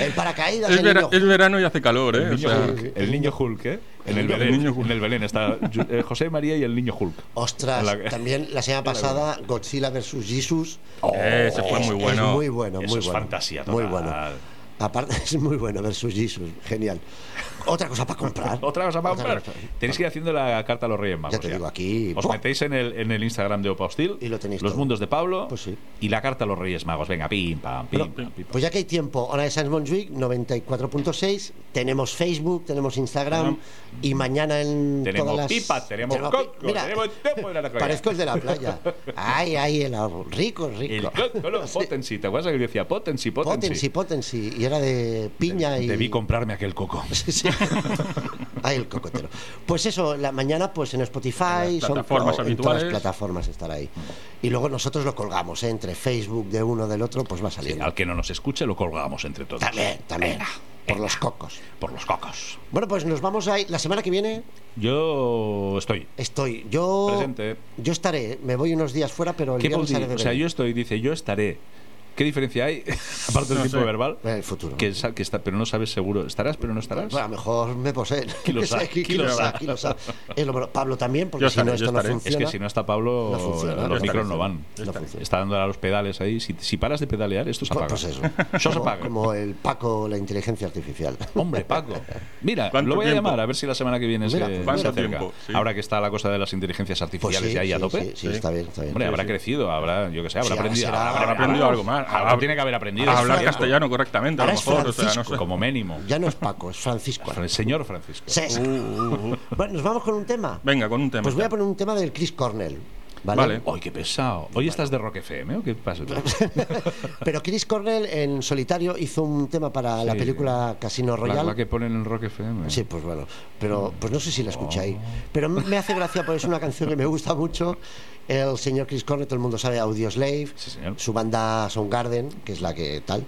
S1: el paracaídas,
S3: Es,
S1: el
S3: vera-
S1: niño.
S3: es verano y hace calor, ¿eh?
S2: El
S3: O
S2: niño,
S3: sea,
S2: Hulk, el niño Hulk, ¿eh? En el,
S3: niño- el
S2: Belén,
S3: niño Hulk.
S2: en el Belén está Ju- eh, José María y el niño Hulk.
S1: Ostras,
S2: La-
S1: también la semana pasada Godzilla vs. Jesus.
S2: Oh,
S3: ese fue
S1: Es-
S3: muy
S1: es
S3: bueno.
S1: muy bueno,
S2: Eso
S1: muy
S2: es
S1: bueno.
S2: fantasía
S1: Muy
S2: total.
S1: bueno. Aparte, es muy bueno versus Jesus. Genial. Otra cosa para comprar.
S2: Otra cosa para comprar.
S1: cosa.
S2: Tenéis que ir haciendo la carta a los Reyes Magos.
S1: Ya te digo, aquí,
S2: Os
S1: ¡buah!
S2: metéis en el, en el Instagram de Opa Hostil.
S1: Y lo tenéis
S2: Los
S1: todo.
S2: mundos de Pablo.
S1: Pues sí.
S2: Y la carta a los Reyes Magos. Venga, pim, pam, pim,
S1: Pero-
S2: pam, pim, pam.
S1: Pues ya que hay tiempo, Hora de Sans Montjuic 94.6. Tenemos Facebook, tenemos Instagram. Y mañana en.
S2: Tenemos
S1: todas las...
S2: pipa, tenemos coco,
S1: pi- Mira,
S2: tenemos tempo de la playa.
S1: Parezco el de la playa. Ay, ay, el ahorro. rico, rico.
S2: El coco, no, potency. ¿Te acuerdas que yo decía potency, potency?
S1: Potency, potency. Y era de piña y.
S2: Debí comprarme aquel coco.
S1: Sí, sí. Ay, el cocotero. Pues eso, la mañana pues en Spotify,
S3: En las
S1: SoundCloud,
S3: plataformas
S1: en todas
S3: habituales.
S1: las plataformas estará ahí. Y luego nosotros lo colgamos, ¿eh? entre Facebook de uno del otro, pues va
S2: Sí,
S1: saliendo.
S2: al que no nos escuche lo colgamos entre todos.
S1: También, también. Por los cocos.
S2: Por los cocos.
S1: Bueno, pues nos vamos ahí. La semana que viene
S2: Yo estoy.
S1: estoy. Yo.
S2: Presente.
S1: Yo estaré. Me voy unos días fuera, pero el
S2: ¿Qué
S1: viernes
S2: pondría?
S1: haré de
S2: O sea, yo
S1: verano.
S2: estoy, dice, yo estaré. ¿Qué diferencia hay? Aparte del
S3: No
S2: tiempo
S3: sé.
S2: verbal.
S1: En el futuro.
S2: Que, sa- que está, pero no sabes seguro. ¿Estarás, pero no estarás?
S1: Bueno, a lo mejor me poseen.
S2: Quién lo sabe,
S1: Quién
S2: quién
S1: lo
S2: lo
S1: sabe,
S2: sabe.
S1: quién lo sabe. Es lo bueno. Pablo también, porque
S3: Yo
S1: si no,
S3: estaré, yo
S1: esto no
S3: estaré. Es
S2: es
S1: funciona.
S2: que si no está Pablo,
S1: No funciona,
S2: los
S3: no
S2: micros
S3: está.
S2: no van.
S1: No funciona.
S2: Está dando a los pedales ahí. Si, si paras de pedalear, esto se apaga.
S1: Pues eso.
S2: Eso se
S1: Como-
S2: apaga.
S1: Como el Paco, la inteligencia artificial.
S2: Hombre, Paco. Mira,
S3: ¿Cuánto
S2: lo voy a
S3: tiempo?
S2: llamar a ver si la semana que viene se-
S1: Mira,
S2: se,
S1: ¿cuánto Pues
S2: acerca.
S3: tiempo? Sí.
S2: Ahora que está la cosa de las inteligencias artificiales
S1: sí,
S2: ya ahí a
S1: sí,
S2: tope.
S1: sí, sí, está bien, está bien.
S2: Hombre,
S1: Sí,
S2: habrá crecido, habrá, yo que sé, habrá
S1: Sí, ahora
S2: aprendido,
S1: será-
S2: habrá,
S1: habrá
S3: aprendido algo más.
S2: Algo
S3: Habrá-
S2: tiene que haber aprendido.
S3: a hablar
S1: Francisco.
S3: castellano correctamente, a lo
S1: Ahora es
S3: mejor, o sea, no sé.
S2: Como mínimo.
S1: Ya no es Paco, es Francisco.
S2: El señor Francisco. Uh,
S1: César. Bueno, nos vamos con un tema.
S3: Venga, con un tema.
S1: Pues voy a poner un tema del Chris Cornell. ¿Vale?
S3: Vale.
S2: Hoy qué pesado. Hoy estás de Rock FM o qué pasa?
S1: Pero Chris Cornell en solitario hizo un tema para la
S2: Sí.
S1: película Casino
S2: La,
S1: Royale.
S2: la que ponen en Rock FM.
S1: Sí, pues bueno. Pero pues no sé si la escucháis. Pero me hace gracia porque es una canción que me gusta mucho. El señor Chris Cornell, todo el mundo sabe Audioslave,
S2: Sí, señor.
S1: su banda Soundgarden, que es la que tal.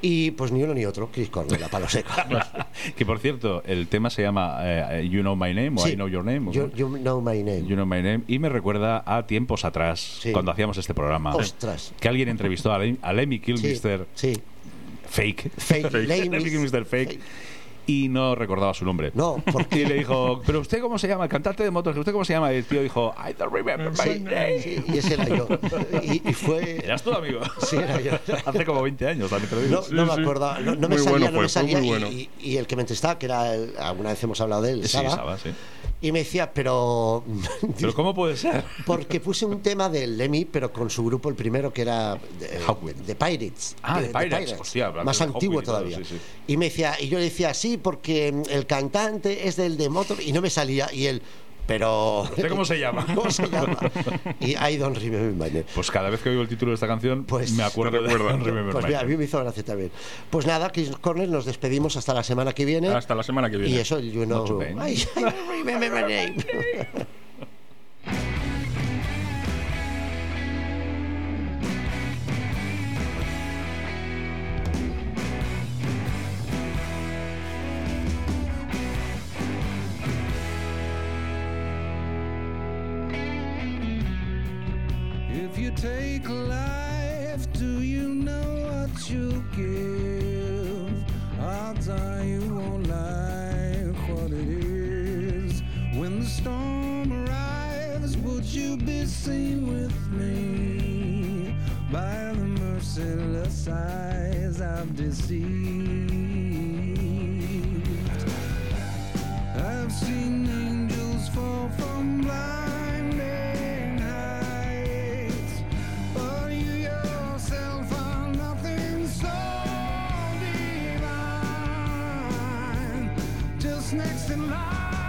S1: Y pues ni uno ni otro, Chris Cornell, a palo seco.
S2: que por cierto, el tema se llama eh, You Know My Name o
S1: Sí.
S2: I Know Your Name. o
S1: You, you
S2: como-
S1: know my name.
S2: You Know My Name. Y me recuerda a tiempos atrás,
S1: Sí.
S2: cuando hacíamos este programa.
S1: Ostras.
S2: Que alguien entrevistó a, Lem- a Lemmy
S1: Sí,
S2: Kilmister
S1: sí.
S2: fake.
S1: Fake, lame
S2: Lemmy
S1: is-
S2: Kilmister fake. y no recordaba su nombre.
S1: No,
S2: Y
S1: porque
S2: le dijo, ¿pero usted cómo se llama? El cantante de motos, ¿usted cómo se llama? Y el tío dijo, I don't remember my
S1: Sí,
S2: name.
S1: sí, y ese era yo. Y, y fue.
S2: Eras tú, amigo.
S1: Sí, era yo.
S2: Hace como 20 años, también te lo digo.
S1: No, no me
S3: sí.
S1: acordaba, no, no me
S3: Muy
S1: salía,
S3: bueno
S1: no
S3: fue,
S1: me
S3: fue
S1: salía.
S3: muy
S1: y-
S3: bueno.
S1: Y, y el que me entrevistaba, que era, el- alguna vez hemos hablado de él,
S2: Sí,
S1: Saba,
S2: Saba, sí.
S1: y me decía, pero.
S2: Pero ¿cómo puede ser?
S1: Porque puse un tema del Lemmy, pero con su grupo, el primero, que era de,
S2: Hawkwind.
S1: The Pirates.
S2: Ah,
S1: Que-
S2: The Pirates, hostia, hablando
S1: más
S2: de
S1: antiguo
S2: Hawkwind y todo,
S1: todavía.
S2: sí, sí.
S1: Y me decía, y yo le decía, sí, porque mm, el cantante es del de Motor, y no me salía, y él, pero.
S2: ¿Usted cómo se llama?
S1: ¿Cómo se llama? Y I don't remember my name.
S2: Pues cada vez que oigo el título de esta canción,
S1: Pues-
S2: me acuerdo
S3: Te
S2: de
S3: recuerda.
S2: Remember
S1: Pues
S2: My
S1: mira, a
S2: Name.
S1: mí me hizo gracia también. Pues nada, Chris Cornell, nos despedimos hasta la semana que viene.
S3: Hasta la semana que viene.
S1: Y eso, el you know.
S2: Mucho bien.
S1: I, I don't remember my name.
S6: If you take life, do you know what you give? I'll tell you won't like what it is. When the storm arrives, would you be seen with me? By the merciless eyes I've deceived. I've seen angels fall from blinding heights, but you yourself are nothing so divine. Just next in line.